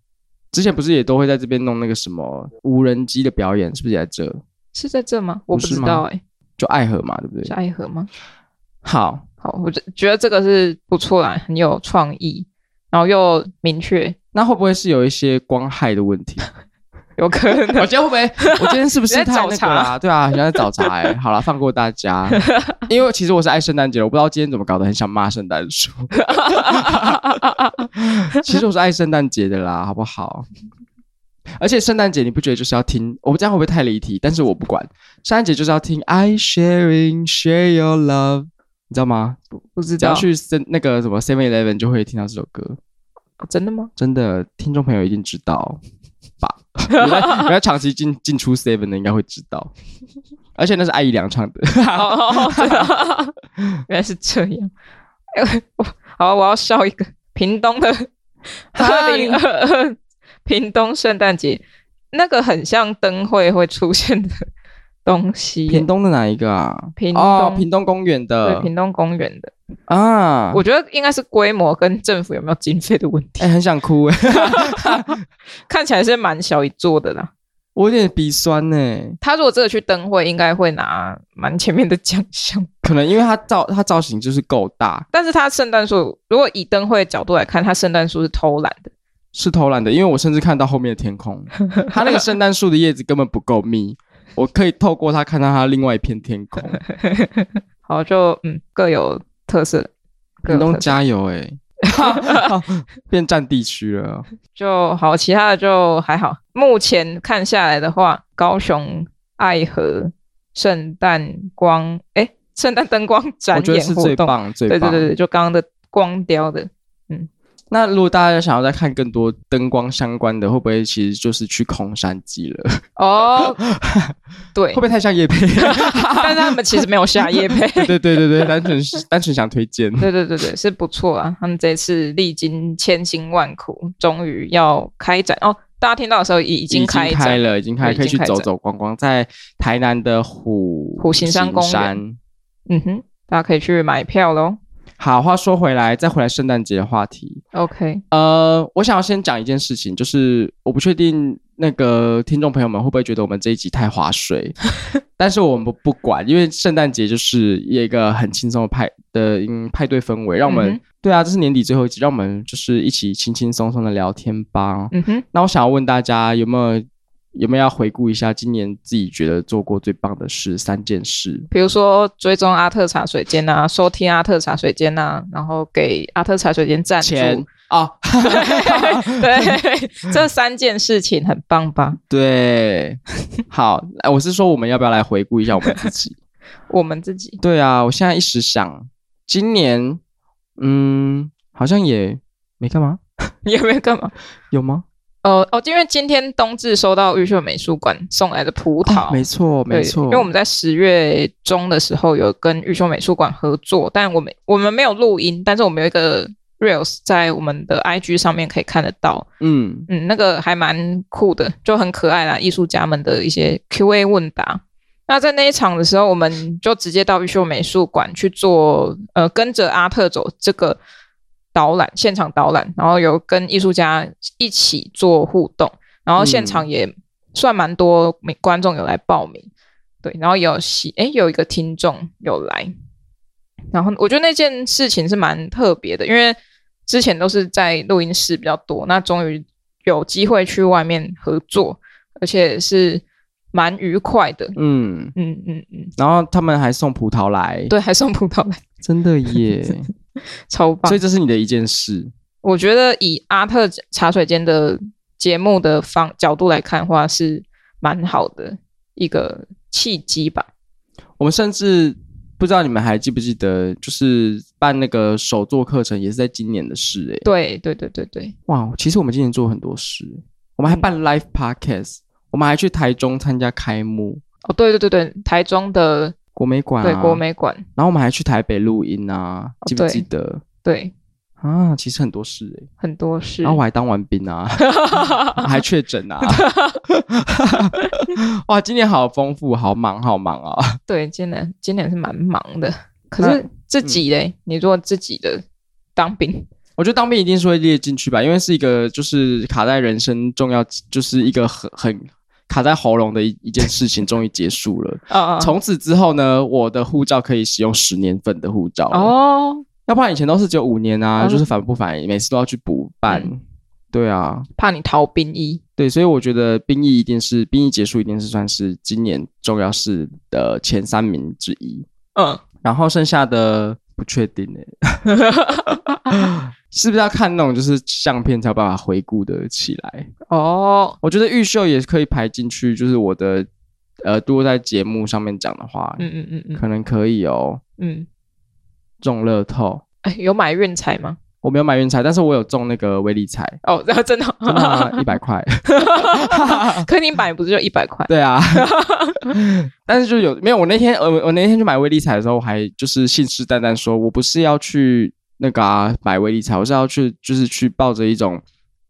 [SPEAKER 2] 之前不是也都会在这边弄那个什么无人机的表演，是不是也在这？
[SPEAKER 1] 是在这吗？我
[SPEAKER 2] 不
[SPEAKER 1] 不
[SPEAKER 2] 是
[SPEAKER 1] 知
[SPEAKER 2] 吗
[SPEAKER 1] 道哎、
[SPEAKER 2] 就爱河嘛，对不
[SPEAKER 1] 是啊
[SPEAKER 2] 对？
[SPEAKER 1] 爱河吗？
[SPEAKER 2] 好，
[SPEAKER 1] 好，我觉觉得这个是不错啦，很有创意，然后又明确，
[SPEAKER 2] 那会不会是有一些光害的问题？
[SPEAKER 1] 有可能
[SPEAKER 2] 我今天会不会？我今天是不是
[SPEAKER 1] 你在
[SPEAKER 2] 太
[SPEAKER 1] 找
[SPEAKER 2] 那个啦、 对啊，现在找茬哎、好了，放过大家，因为其实我是爱圣诞节的，我不知道今天怎么搞的，很想骂圣诞 树。其实我是爱圣诞节的啦，好不好？而且圣诞节你不觉得就是要听？我们这样会不会太离题？但是我不管，圣诞节就是要听 I sharing share your love，你知道吗？
[SPEAKER 1] 不知
[SPEAKER 2] 只要
[SPEAKER 1] 道，
[SPEAKER 2] 去圣那个什么 Seven Eleven 就会听到这首歌，
[SPEAKER 1] 哦真的吗？
[SPEAKER 2] 真的，听众朋友一定知道吧？原来原来长期进进出 Seven 的应该会知道，而且那是艾怡 良唱的。
[SPEAKER 1] 哦，真 的原来是这样。哎，我好，我要笑一个屏东的二零二二 屏东圣诞节，那个很像灯会会出现的东西耶。
[SPEAKER 2] 屏东的哪一个啊？
[SPEAKER 1] 屏
[SPEAKER 2] 哦，
[SPEAKER 1] 东
[SPEAKER 2] 屏东公园
[SPEAKER 1] 对
[SPEAKER 2] 的
[SPEAKER 1] 屏东公园的，
[SPEAKER 2] 啊，
[SPEAKER 1] 我觉得应该是规模跟政府有没有经费的问题。
[SPEAKER 2] 哎、很想哭哎、
[SPEAKER 1] 看起来是蛮小一座的啦。
[SPEAKER 2] 我有点鼻酸哎呢、
[SPEAKER 1] 他如果这个去灯会，应该会拿蛮前面的奖项。
[SPEAKER 2] 可能因为它造它造型就是够大，
[SPEAKER 1] 但是他圣诞树，如果以灯会的角度来看，他圣诞树是偷懒的。
[SPEAKER 2] 是偷懒的，因为我甚至看到后面的天空，它那个圣诞树的叶子根本不够密，我可以透过它看到它另外一片天 空。
[SPEAKER 1] 好，就嗯各有特色，各
[SPEAKER 2] 屏
[SPEAKER 1] 有
[SPEAKER 2] 东
[SPEAKER 1] 特色
[SPEAKER 2] 加油 哎、变占地区了，
[SPEAKER 1] 就好，其他的就还好。目前看下来的话，高雄爱河圣诞光，哎，圣诞灯光展
[SPEAKER 2] 我觉得
[SPEAKER 1] 演
[SPEAKER 2] 是
[SPEAKER 1] 活
[SPEAKER 2] 最
[SPEAKER 1] 动，
[SPEAKER 2] 棒最
[SPEAKER 1] 对
[SPEAKER 2] 棒。
[SPEAKER 1] 对对对，就刚刚的光雕的，
[SPEAKER 2] 那如果大家想要再看更多灯光相关的，会不会其实就是去空山鸡了？
[SPEAKER 1] 哦，对
[SPEAKER 2] 会不，会太像叶配？
[SPEAKER 1] 但是他们其实没有下夜配，
[SPEAKER 2] 对对对对对，单纯是单纯想推荐。
[SPEAKER 1] 对对对对，是不错啊！他们这次历经千辛万苦，终于要开展哦。大家听到的时候已已
[SPEAKER 2] 已
[SPEAKER 1] 经开展了，
[SPEAKER 2] 了，已经开
[SPEAKER 1] 对已
[SPEAKER 2] 可以去
[SPEAKER 1] 经开
[SPEAKER 2] 走
[SPEAKER 1] 展
[SPEAKER 2] 走逛逛，在台南的虎
[SPEAKER 1] 虎形山公园
[SPEAKER 2] 园。
[SPEAKER 1] 嗯哼，大家可以去买票喽。
[SPEAKER 2] 好，话说回来，再回来圣诞节的话题，
[SPEAKER 1] OK，
[SPEAKER 2] 呃，我想要先讲一件事情，就是我不确定那个听众朋友们会不会觉得我们这一集太 划水，但是我们不不管，因为圣诞节就是一个很轻松的派的嗯派对氛围，让我
[SPEAKER 1] 嗯
[SPEAKER 2] 们、
[SPEAKER 1] 哼
[SPEAKER 2] 对啊，这是年底最后一集，让我们就是一起轻轻松松的聊天吧。
[SPEAKER 1] 嗯哼，
[SPEAKER 2] 那我想要问大家有没有有没有要回顾一下今年自己觉得做过最棒的事三件事？
[SPEAKER 1] 比如说追踪阿特茶水间啊，收听阿特茶水间啊，然后给阿特茶水间赞助，
[SPEAKER 2] 钱啊，
[SPEAKER 1] 对，这三件事情很棒吧？
[SPEAKER 2] 对，好，哎我是说我们要不要来回顾一下我们自己？
[SPEAKER 1] 我们自己
[SPEAKER 2] 对啊，我现在一时想，今年嗯，好像也没干嘛，
[SPEAKER 1] 你有没有干嘛？
[SPEAKER 2] 有吗？
[SPEAKER 1] 哦哦，因为今天冬至收到玉秀美术馆送来的葡萄，
[SPEAKER 2] 啊没错，
[SPEAKER 1] 对
[SPEAKER 2] 没错，
[SPEAKER 1] 因为我们在十月中的时候有跟玉秀美术馆合作，但我们我们没有录音，但是我们有一个 reels 在我们的 IG 上面可以看得到，
[SPEAKER 2] 嗯，
[SPEAKER 1] 嗯，那个还蛮酷的，就很可爱啦，艺术家们的一些 Q&A 问答。那在那一场的时候，我们就直接到玉秀美术馆去做，呃，跟着阿特走这个导览，现场导览，然后有跟艺术家一起做互动，然后现场也算蛮多民观众有来报名，对，然后有喜，诶，有一个听众有来，然后我觉得那件事情是蛮特别的，因为之前都是在录音室比较多，那终于有机会去外面合作，而且是蛮愉快的。
[SPEAKER 2] 嗯，
[SPEAKER 1] 嗯嗯嗯，
[SPEAKER 2] 然后他们还送葡萄来，
[SPEAKER 1] 对，还送葡萄来，
[SPEAKER 2] 真的耶，
[SPEAKER 1] 超 棒
[SPEAKER 2] 所以。这是你的一件事，
[SPEAKER 1] 我觉得以阿特茶水间的节目的方角度来看的话，是蛮好的一个契机吧。
[SPEAKER 2] 我们甚至不知道你们还记不记得，就是办那个手作课程也是在今年的事哎。
[SPEAKER 1] 对对对对对，
[SPEAKER 2] 哇，其实我们今年做了很多事，我们还
[SPEAKER 1] 嗯
[SPEAKER 2] 办 live podcast，我们还去台中参加开幕
[SPEAKER 1] 哦对对对对，台中的
[SPEAKER 2] 国美馆、啊，
[SPEAKER 1] 对国美馆，
[SPEAKER 2] 然后我们还去台北录音啊，记不
[SPEAKER 1] 哦对
[SPEAKER 2] 记得？
[SPEAKER 1] 对
[SPEAKER 2] 啊，其实很多事哎、
[SPEAKER 1] 很多事。
[SPEAKER 2] 然后我还当完兵 啊，我还确诊啊，哇，今年好丰富，好忙，好忙啊！
[SPEAKER 1] 对，今年今年是蛮忙的。可是自己嘞，你如果自己的当兵，
[SPEAKER 2] 我觉得当兵一定是会列进去吧，因为是一个就是卡在人生重要，就是一个很很卡在喉咙的一一件事情，终于结束了。
[SPEAKER 1] 啊、
[SPEAKER 2] 从此之后呢，我的护照可以使用十年份的护照了
[SPEAKER 1] 哦，
[SPEAKER 2] 要不然以前都是只有五年啊，
[SPEAKER 1] 哦
[SPEAKER 2] 就是返不返，每次都要去补办。
[SPEAKER 1] 嗯
[SPEAKER 2] 对啊，
[SPEAKER 1] 怕你逃兵役，
[SPEAKER 2] 对，所以我觉得兵役一定是兵役结束，一定是算是今年重要事的前三名之一。
[SPEAKER 1] 嗯，
[SPEAKER 2] 然后剩下的不确定哎、 是不是要看那种就是相片才有办法回顾的起来？
[SPEAKER 1] 哦，
[SPEAKER 2] 我觉得预秀也可以排进去，就是我的呃，如果在节目上面讲的话，
[SPEAKER 1] 嗯嗯嗯嗯
[SPEAKER 2] 可能可以哦。
[SPEAKER 1] 嗯，
[SPEAKER 2] 中乐透，
[SPEAKER 1] 哎，有买运彩吗？
[SPEAKER 2] 我没有买运彩，但是我有中那个威力彩，
[SPEAKER 1] 哦， 然后真的哦，
[SPEAKER 2] 真的一百块。
[SPEAKER 1] 可你买不是就一百块？
[SPEAKER 2] 对啊， 但是就呃有没有我那天我我那天去买威力彩的时候，我还就是信誓旦旦说我不是要去那个啊买微理财，我是要去就是去抱着一种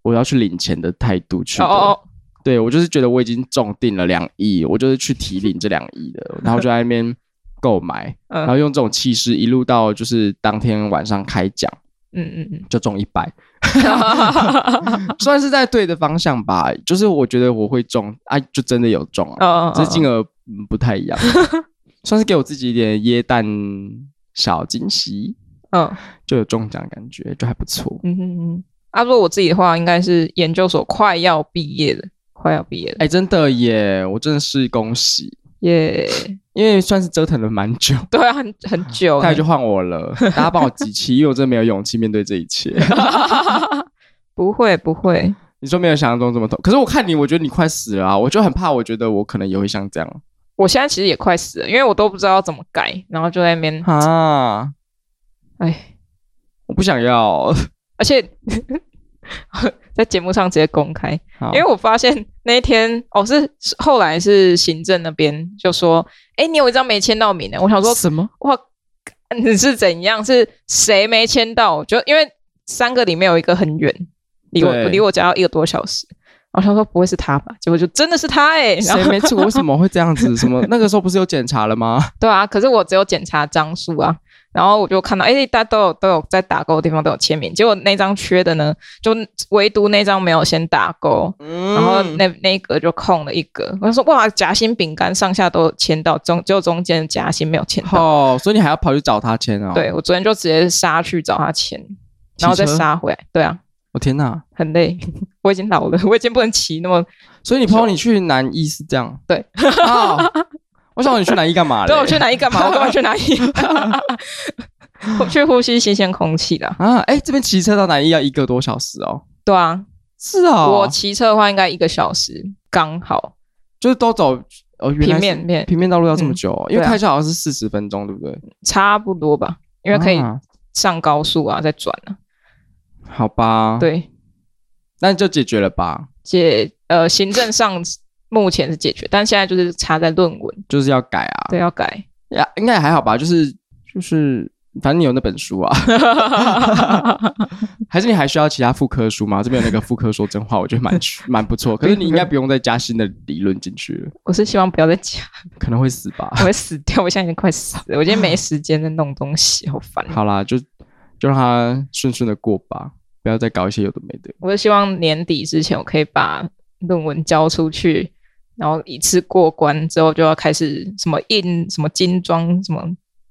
[SPEAKER 2] 我要去领钱的态度去
[SPEAKER 1] 哦
[SPEAKER 2] 的。
[SPEAKER 1] 哦哦，
[SPEAKER 2] 对我就是觉得我已经中定了两亿，我就是去提领这两亿的，然后就在那边购买，然
[SPEAKER 1] 嗯
[SPEAKER 2] 后用这种气势一路到就是当天晚上开奖
[SPEAKER 1] 嗯 哦嗯
[SPEAKER 2] 就中一 百，
[SPEAKER 1] 嗯，
[SPEAKER 2] 算是在对的方向吧。就是我觉得我会中，啊，就真的有中啊，
[SPEAKER 1] 哦，
[SPEAKER 2] 只是金额嗯不太一 样，算是给我自己一点椰蛋小惊喜，
[SPEAKER 1] 嗯
[SPEAKER 2] 就有中奖的感觉，就还不错。
[SPEAKER 1] 嗯嗯嗯。啊，如果我自己的话，应该是研究所快要毕业了，快要毕业了，
[SPEAKER 2] 哎、真的耶，我真的是恭喜，
[SPEAKER 1] 耶！
[SPEAKER 2] 因为算是折腾了蛮久。
[SPEAKER 1] 对啊，很很 久
[SPEAKER 2] 大
[SPEAKER 1] 欸，
[SPEAKER 2] 概就换我了，大家帮我集气，因为我真的没有勇气面对这一切。
[SPEAKER 1] 不会不会，
[SPEAKER 2] 你说没有想象中这么痛，可是我看你，我觉得你快死了啊！我就很怕，我觉得我可能也会像 这样
[SPEAKER 1] 我现在其实也快死了，因为我都不知道怎么改，然后就在那边，
[SPEAKER 2] 啊，
[SPEAKER 1] 哎，
[SPEAKER 2] 我不想要。
[SPEAKER 1] 而且 在节目上直接公开，
[SPEAKER 2] 好
[SPEAKER 1] 因为我发现那一天哦是是后来是行政那边就说，哎，你有一张没签到名欸的，我想说
[SPEAKER 2] 什么？
[SPEAKER 1] 哇，你是怎样？是谁没签到？就因为三个里面有一个很远，离我
[SPEAKER 2] 对
[SPEAKER 1] 离我家要一个多小时。我想说不会是他吧？结果就真的是他哎、欸，然
[SPEAKER 2] 谁
[SPEAKER 1] 后
[SPEAKER 2] 没吃过？为什么会这样子？什么？那个时候不是有检查 了吗？
[SPEAKER 1] 对啊，可是我只有检查张数啊，然后我就看到，哎，大家都有都有在打勾的地方都有签名，结果那张缺的呢，就唯独那张没有先打勾，然
[SPEAKER 2] 然
[SPEAKER 1] 后那那一格就空了一格。我就说哇，夹心饼干上下都有签到，中只有中间的夹心没有签 到。
[SPEAKER 2] 哦，所以你还要跑去找他签哦？，
[SPEAKER 1] 对我昨天就直接杀去找他签，然后再
[SPEAKER 2] 骑车
[SPEAKER 1] 杀回来。对啊，
[SPEAKER 2] 我哦天哪！
[SPEAKER 1] 很累， 我已经老了，我已经不能骑那么。
[SPEAKER 2] 所以你朋友你去南医是这样？
[SPEAKER 1] 对
[SPEAKER 2] 啊，我想问你去南医干嘛嘞？
[SPEAKER 1] 对我去哪里干嘛？我干嘛去哪里？ 我去呼吸新鲜空气的。
[SPEAKER 2] 啊，哎，这边骑车到南医要一个多小时哦。
[SPEAKER 1] 对啊，
[SPEAKER 2] 是啊，
[SPEAKER 1] 我骑车的话应该一个小时刚好。
[SPEAKER 2] 就是都走哦，原来
[SPEAKER 1] 平
[SPEAKER 2] 是
[SPEAKER 1] 面面
[SPEAKER 2] 平面道路要这么久哦、
[SPEAKER 1] 嗯
[SPEAKER 2] 因为
[SPEAKER 1] 对啊
[SPEAKER 2] 开车好像是四十分钟，对不对？
[SPEAKER 1] 差不多吧，因为可以
[SPEAKER 2] 啊
[SPEAKER 1] 上高速啊，再转啊。
[SPEAKER 2] 好吧，，
[SPEAKER 1] 对，
[SPEAKER 2] 那就解决了吧，
[SPEAKER 1] 解呃行政上目前是解决，但现在就是差在论文，
[SPEAKER 2] 就是要改啊，
[SPEAKER 1] 对，要改。
[SPEAKER 2] 呀，应该也还好吧，就是就是，反正你有那本书啊， 还是你还需要其他副科书吗？这边有那个副科说真话，我觉得蛮蛮不错，可是你应该不用再加新的理论进去了，
[SPEAKER 1] 我是希望不要再讲，
[SPEAKER 2] 可能会死吧。
[SPEAKER 1] 我会死掉，我现在已经快死了，我今天没时间在弄东西，好烦。
[SPEAKER 2] 好啦，就就让它顺顺的过吧，不要再搞一些有的没的。
[SPEAKER 1] 我就希望年底之前我可以把论文交出去，然后一次过关之后就要开始什么印什么精装什么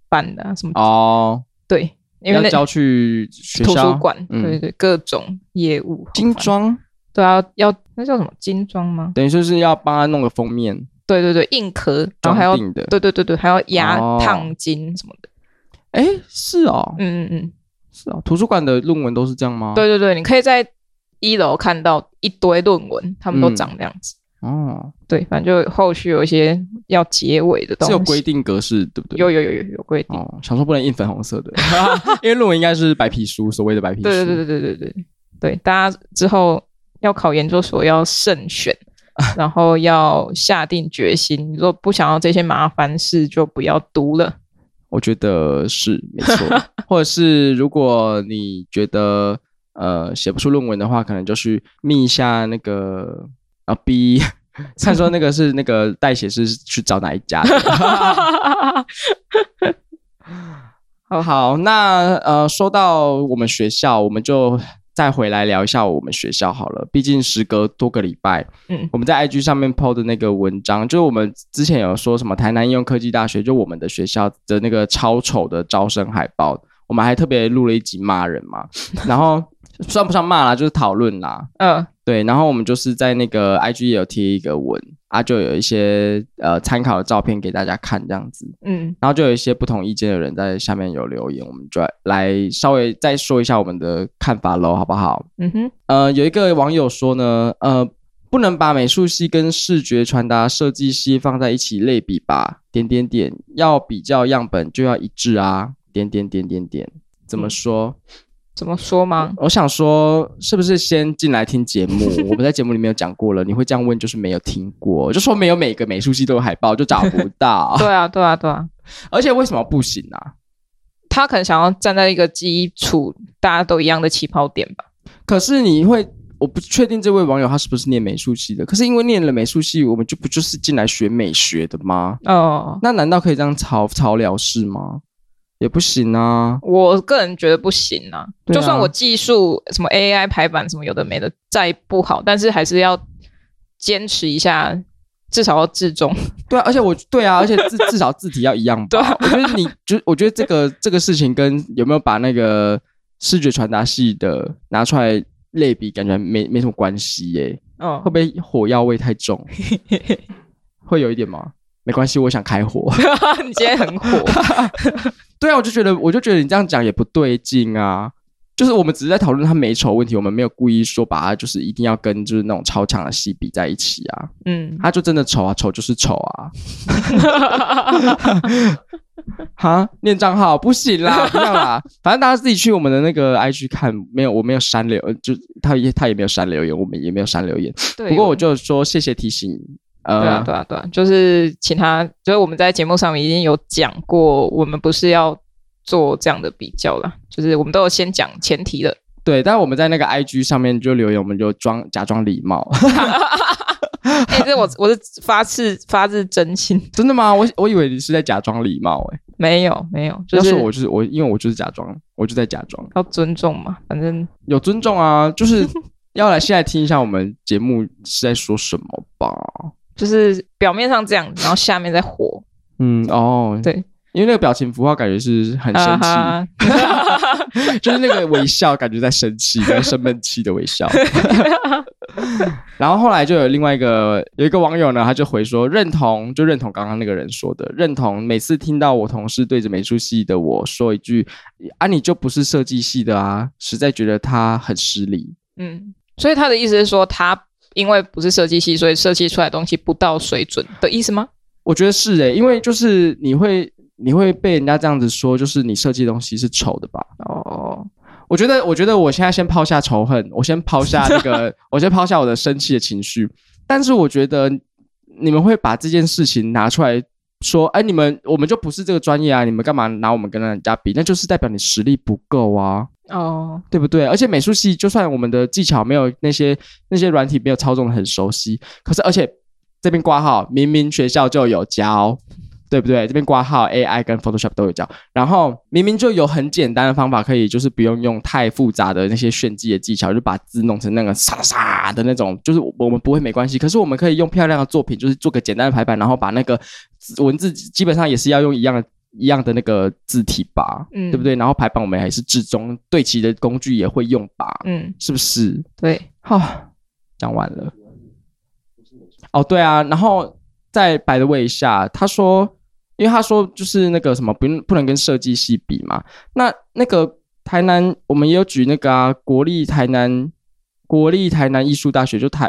[SPEAKER 1] 办的、啊、什么、
[SPEAKER 2] 哦，
[SPEAKER 1] 对，因为
[SPEAKER 2] 要
[SPEAKER 1] 那
[SPEAKER 2] 交去学
[SPEAKER 1] 图
[SPEAKER 2] 校
[SPEAKER 1] 书馆、
[SPEAKER 2] 嗯
[SPEAKER 1] 对对各种业务好
[SPEAKER 2] 精
[SPEAKER 1] 烦
[SPEAKER 2] 装。
[SPEAKER 1] 对啊要那叫什么精装吗？
[SPEAKER 2] 等于就是要帮他弄个封面，
[SPEAKER 1] 对对对硬壳，然后还
[SPEAKER 2] 装
[SPEAKER 1] 要
[SPEAKER 2] 订的。
[SPEAKER 1] 对对对对还要压
[SPEAKER 2] 哦
[SPEAKER 1] 烫金什么的，
[SPEAKER 2] 哎，是哦，
[SPEAKER 1] 嗯嗯嗯，
[SPEAKER 2] 是哦，图书馆的论文都是这样吗？，
[SPEAKER 1] 对对对，你可以在一楼看到一堆论文，他们都
[SPEAKER 2] 嗯
[SPEAKER 1] 长那样子。
[SPEAKER 2] 哦，
[SPEAKER 1] 对，反正就后续有一些要结尾的东
[SPEAKER 2] 是
[SPEAKER 1] 西，
[SPEAKER 2] 有规定格式，对不对？
[SPEAKER 1] 有有有有有规定。
[SPEAKER 2] 哦，想说不能印粉红 色的，因为论文应该是白皮书，所谓的白皮书。
[SPEAKER 1] 对对对对对对对对，大家之后要考研究所要慎 选，然后要下定决心，如果不想要这些麻烦事，就不要读 了。
[SPEAKER 2] 我觉得是没错。或者是如果你觉得呃写不出论文的话，可能就去密一下那个啊 B，看 说那个是那个代写是去找哪一家的。好好，那呃，说到我们学校，我们就再回来聊一下我们学校好了。毕竟时隔多个礼拜，
[SPEAKER 1] 嗯
[SPEAKER 2] 我们在 IG 上面 PO 的那个文章，就是我们之前有说什么台南应用科技大学，就我们的学校的那个超丑的招生海报，我们还特别录了一集骂人嘛，然后算不上骂啦，就是讨论啦。
[SPEAKER 1] 嗯
[SPEAKER 2] 对，然后我们就是在那个 IG 也有贴一个文啊，就有一些呃参考的照片给大家看这样子。
[SPEAKER 1] 嗯，
[SPEAKER 2] 然后就有一些不同意见的人在下面有留言，我们就来稍微再说一下我们的看法喽，好不好？
[SPEAKER 1] 嗯哼，
[SPEAKER 2] 呃，有一个网友说呢，呃，不能把美术系跟视觉传达设计系放在一起类比吧？点点点，要比较样本就要一致啊！点点点点点，怎么说？
[SPEAKER 1] 怎么说吗？
[SPEAKER 2] 我想说，是不是先进来听节目？我们在节目里面有讲过了，你会这样问就是没有听过，就说没有每个美术系都有海报，就找不到。
[SPEAKER 1] 对啊对啊对啊，
[SPEAKER 2] 而且为什么不行啊？
[SPEAKER 1] 他可能想要站在一个基础大家都一样的起跑点吧。
[SPEAKER 2] 可是你会，我不确定这位网友他是不是念美术系的。可是因为念了美术系，我们就不就是进来学美学的吗？
[SPEAKER 1] 哦，
[SPEAKER 2] 那难道可以这样草草了事吗？也不行啊。
[SPEAKER 1] 我个人觉得不行啊。
[SPEAKER 2] 对
[SPEAKER 1] 就
[SPEAKER 2] 啊
[SPEAKER 1] 算我技术什么 AI 排版什么有的没的再不好，但是还是要坚持一下，至少要至 中。
[SPEAKER 2] 对啊，而且我对啊，而且至至少字体要一样吧。
[SPEAKER 1] 对啊
[SPEAKER 2] 我觉得你就我觉得这个这个事情跟有没有把那个视觉传达系的拿出来类比，感觉没没什么关系耶、
[SPEAKER 1] 嗯
[SPEAKER 2] 会，不会火药味太重？会有一点吗？没关系，我想开火。
[SPEAKER 1] 你今天 很火。
[SPEAKER 2] 对啊，我就觉得我就觉得你这样讲也不对劲啊。就是我们只是在讨论它美丑问题，我们没有故意说把它就是一定要跟就是那种超强的戏比在一起啊。
[SPEAKER 1] 嗯，
[SPEAKER 2] 它就真的丑啊，丑就是丑啊。哈，念账号不行啦，不要啦，反正大家自己去我们的那个 IG 看，没有，我没有删留，呃就他也他也没有删留言，我们也没有删留言。
[SPEAKER 1] 对。
[SPEAKER 2] 不过我就说谢谢提醒，呃，
[SPEAKER 1] 对啊，对啊，对啊，就是请他，就是我们在节目上面已经有讲过，我们不是要做这样的比较啦，就是我们都有先讲前提的，
[SPEAKER 2] 对但我们在那个 IG 上面就留言，我们就装假装礼貌，
[SPEAKER 1] 哎、这我我是发自发自真心，
[SPEAKER 2] 真的吗？我我以为你是在假装礼貌、欸，
[SPEAKER 1] 没有没有，
[SPEAKER 2] 要
[SPEAKER 1] 就是是
[SPEAKER 2] 我就是我，因为我就是假装，我就在假装，
[SPEAKER 1] 要尊重嘛，反正
[SPEAKER 2] 有尊重啊，就是 要来现在听一下我们节目是在说什么吧。
[SPEAKER 1] 就是表面上这样，然后下面在火，
[SPEAKER 2] 嗯，哦，
[SPEAKER 1] 对，
[SPEAKER 2] 因为那个表情符号感觉是很生气，
[SPEAKER 1] 啊哈
[SPEAKER 2] 就是那个微笑，感觉在生气，在生闷气的微 笑。 然后后来就有另外一个有一个网友呢，他就回说认同，就认同刚刚那个人说的，认同。每次听到我同事对着美术系的我说一句“啊，你就不是设计系的啊”，实在觉得他很失礼。
[SPEAKER 1] 嗯，所以他的意思是说，他因为不是设计系，所以设计出来的东西不到水准的意思吗？
[SPEAKER 2] 我觉得是欸诶、因为就是你会你会被人家这样子说，就是你设计的东西是丑的吧？
[SPEAKER 1] 哦，
[SPEAKER 2] 我觉得，我觉得我现在先抛下仇恨，我先抛下那个，我先抛下我的生气的情绪。但是我觉得你们会把这件事情拿出来说，哎，你们我们就不是这个专业啊，你们干嘛拿我们跟人家比？那就是代表你实力不够啊，
[SPEAKER 1] 哦，
[SPEAKER 2] 对不对？而且美术系就算我们的技巧没有那些那些软体没有操纵的很熟悉，可是而且这边挂号明明学校就有教。对不对？这边挂号 AI 跟 Photoshop 都有教，然后明明就有很简单的方法，可以就是不用用太复杂的那些炫技的技巧，就把字弄成那个沙沙的那种，就是我我们不会没关系。可是我们可以用漂亮的作品，就是做个简单的排版，然后把那个字文字基本上也是要用一样的。一样的那个字体吧，
[SPEAKER 1] 嗯
[SPEAKER 2] 对不对？然后排版我们还是至中对齐的工具也会用吧，
[SPEAKER 1] 嗯，
[SPEAKER 2] 是不是？
[SPEAKER 1] 对，
[SPEAKER 2] 哈，讲完了。哦，对啊，然后在白的位下，他说，因为他说就是那个什么不不能跟设计系比嘛。那那个台南，我们也有举那个啊，国立台南国立台南艺术大学，就台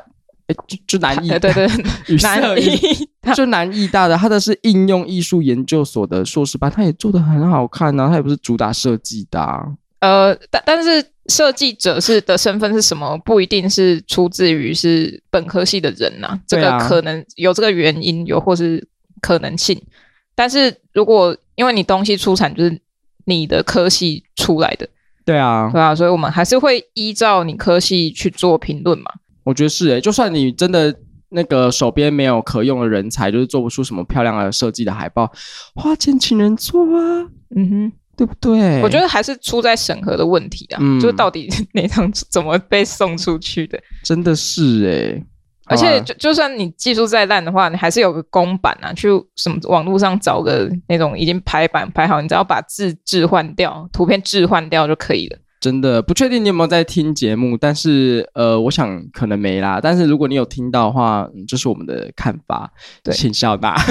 [SPEAKER 2] 诶就就南艺
[SPEAKER 1] 对对对，
[SPEAKER 2] 与
[SPEAKER 1] 难
[SPEAKER 2] 设艺
[SPEAKER 1] 以，
[SPEAKER 2] 就南艺大的，他的是应用艺术研究所的硕士班，他也做的很好看啊，他也不是主打设计的、啊。
[SPEAKER 1] 呃，但但是设计者是的身份是什么，不一定是出自于是本科系的人呐、这
[SPEAKER 2] 对
[SPEAKER 1] 个
[SPEAKER 2] 啊
[SPEAKER 1] 可能有这个原因，有或是可能性。但是如果因为你东西出产就是你的科系出来的，
[SPEAKER 2] 对啊
[SPEAKER 1] 对，吧、所以我们还是会依照你科系去做评论嘛。
[SPEAKER 2] 我觉得是诶、欸就算你真的那个手边没有可用的人才，就是做不出什么漂亮的设计的海报，花钱请人做啊，
[SPEAKER 1] 嗯哼，
[SPEAKER 2] 对不对？
[SPEAKER 1] 我觉得还是出在审核的问题啊，
[SPEAKER 2] 嗯
[SPEAKER 1] 就是到底 那张怎么被送出去的。
[SPEAKER 2] 真的是欸啊诶、
[SPEAKER 1] 而
[SPEAKER 2] 好
[SPEAKER 1] 且
[SPEAKER 2] 吧
[SPEAKER 1] 就就算你技术再烂的话，你还是有个公版啊，去什么网络上找个那种已经排版排好，你只要把字置换掉，图片置换掉就可以了。
[SPEAKER 2] 真的不确定你有没有在听节目，但是呃，我想可能没啦。但是如果你有听到的话，嗯这是我们的看法，
[SPEAKER 1] 对
[SPEAKER 2] 请笑纳。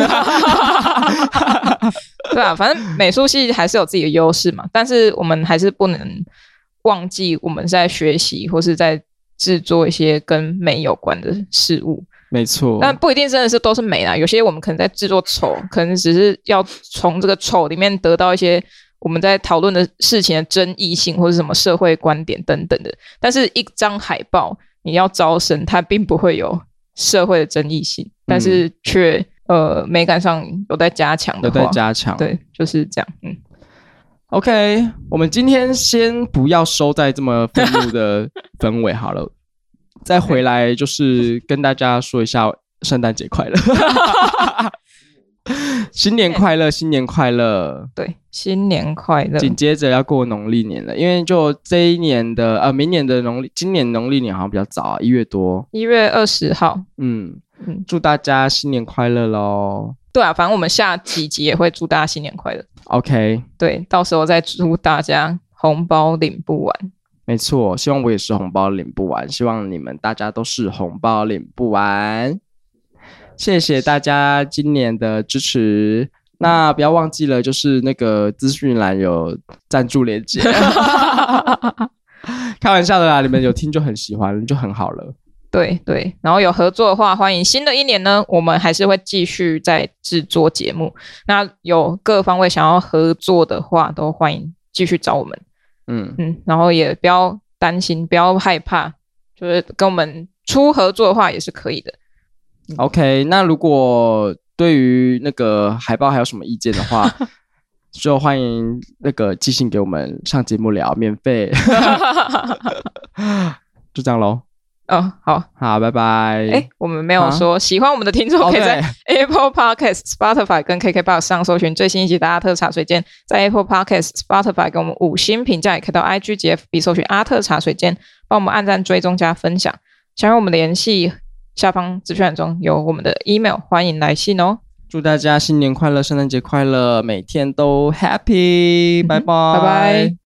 [SPEAKER 1] 对啊，反正美术系还是有自己的优势嘛，但是我们还是不能忘记我们在学习或是在制作一些跟美有关的事物。
[SPEAKER 2] 没错，
[SPEAKER 1] 但不一定真的是都是美啦，有些我们可能在制作丑，可能只是要从这个丑里面得到一些我们在讨论的事情的争议性或者什么社会观点等等的。但是一张海报你要招生，它并不会有社会的争议性，但是却、呃美感上有在加强的
[SPEAKER 2] 嗯有
[SPEAKER 1] 话，
[SPEAKER 2] 待加强。
[SPEAKER 1] 对，就是这样。嗯，
[SPEAKER 2] OK，我们今天先不要收在这么愤怒的氛围好了，再回来就是跟大家说一下圣诞节快乐，新年快乐，新年快乐。
[SPEAKER 1] 对，新年快乐！
[SPEAKER 2] 紧接着要过农历年了，因为就这一年的呃，明年的农历，今年农历年好像比较早啊，一月多。
[SPEAKER 1] 一月二十号，
[SPEAKER 2] 嗯，
[SPEAKER 1] 嗯
[SPEAKER 2] 祝大家新年快乐喽。
[SPEAKER 1] 对啊，反正我们下几集也会祝大家新年快乐。
[SPEAKER 2] OK，
[SPEAKER 1] 对，到时候再祝大家红包领不完。
[SPEAKER 2] 没错，希望我也是红包领不完，希望你们大家都是红包领不完。谢谢大家今年的支持，那不要忘记了，就是那个资讯栏有赞助链接。开玩笑的啦，你们有听就很喜欢，就很好了。
[SPEAKER 1] 对对，然后有合作的话，欢迎新的一年呢，我们还是会继续在制作节目。那有各方位想要合作的话，都欢迎继续找我们。
[SPEAKER 2] 嗯，
[SPEAKER 1] 嗯，然后也不要担心，不要害怕，就是跟我们出合作的话也是可以的。
[SPEAKER 2] OK，那如果对于那个海报还有什么意见的话，就欢迎那个寄信给我们上节目聊，免费。 就这样喽，
[SPEAKER 1] 嗯，好，
[SPEAKER 2] 好，拜拜。
[SPEAKER 1] 哎，我们没
[SPEAKER 2] 啊
[SPEAKER 1] 有说喜欢我们的听众
[SPEAKER 2] 哦
[SPEAKER 1] 可以在
[SPEAKER 2] 对
[SPEAKER 1] Apple Podcast、Spotify 跟 KKBox 上搜寻最新一集的阿特茶水间，在 Apple Podcast、Spotify 给我们五星评价，也可以到 IG 及 FB 搜寻阿特茶水间，帮我们按赞、追踪、加分享。想要我们联系，下方资讯栏中有我们的 email，欢迎来信哦。
[SPEAKER 2] 祝大家新年快乐，圣诞节快乐，每天都 happy，拜拜，
[SPEAKER 1] 嗯拜拜。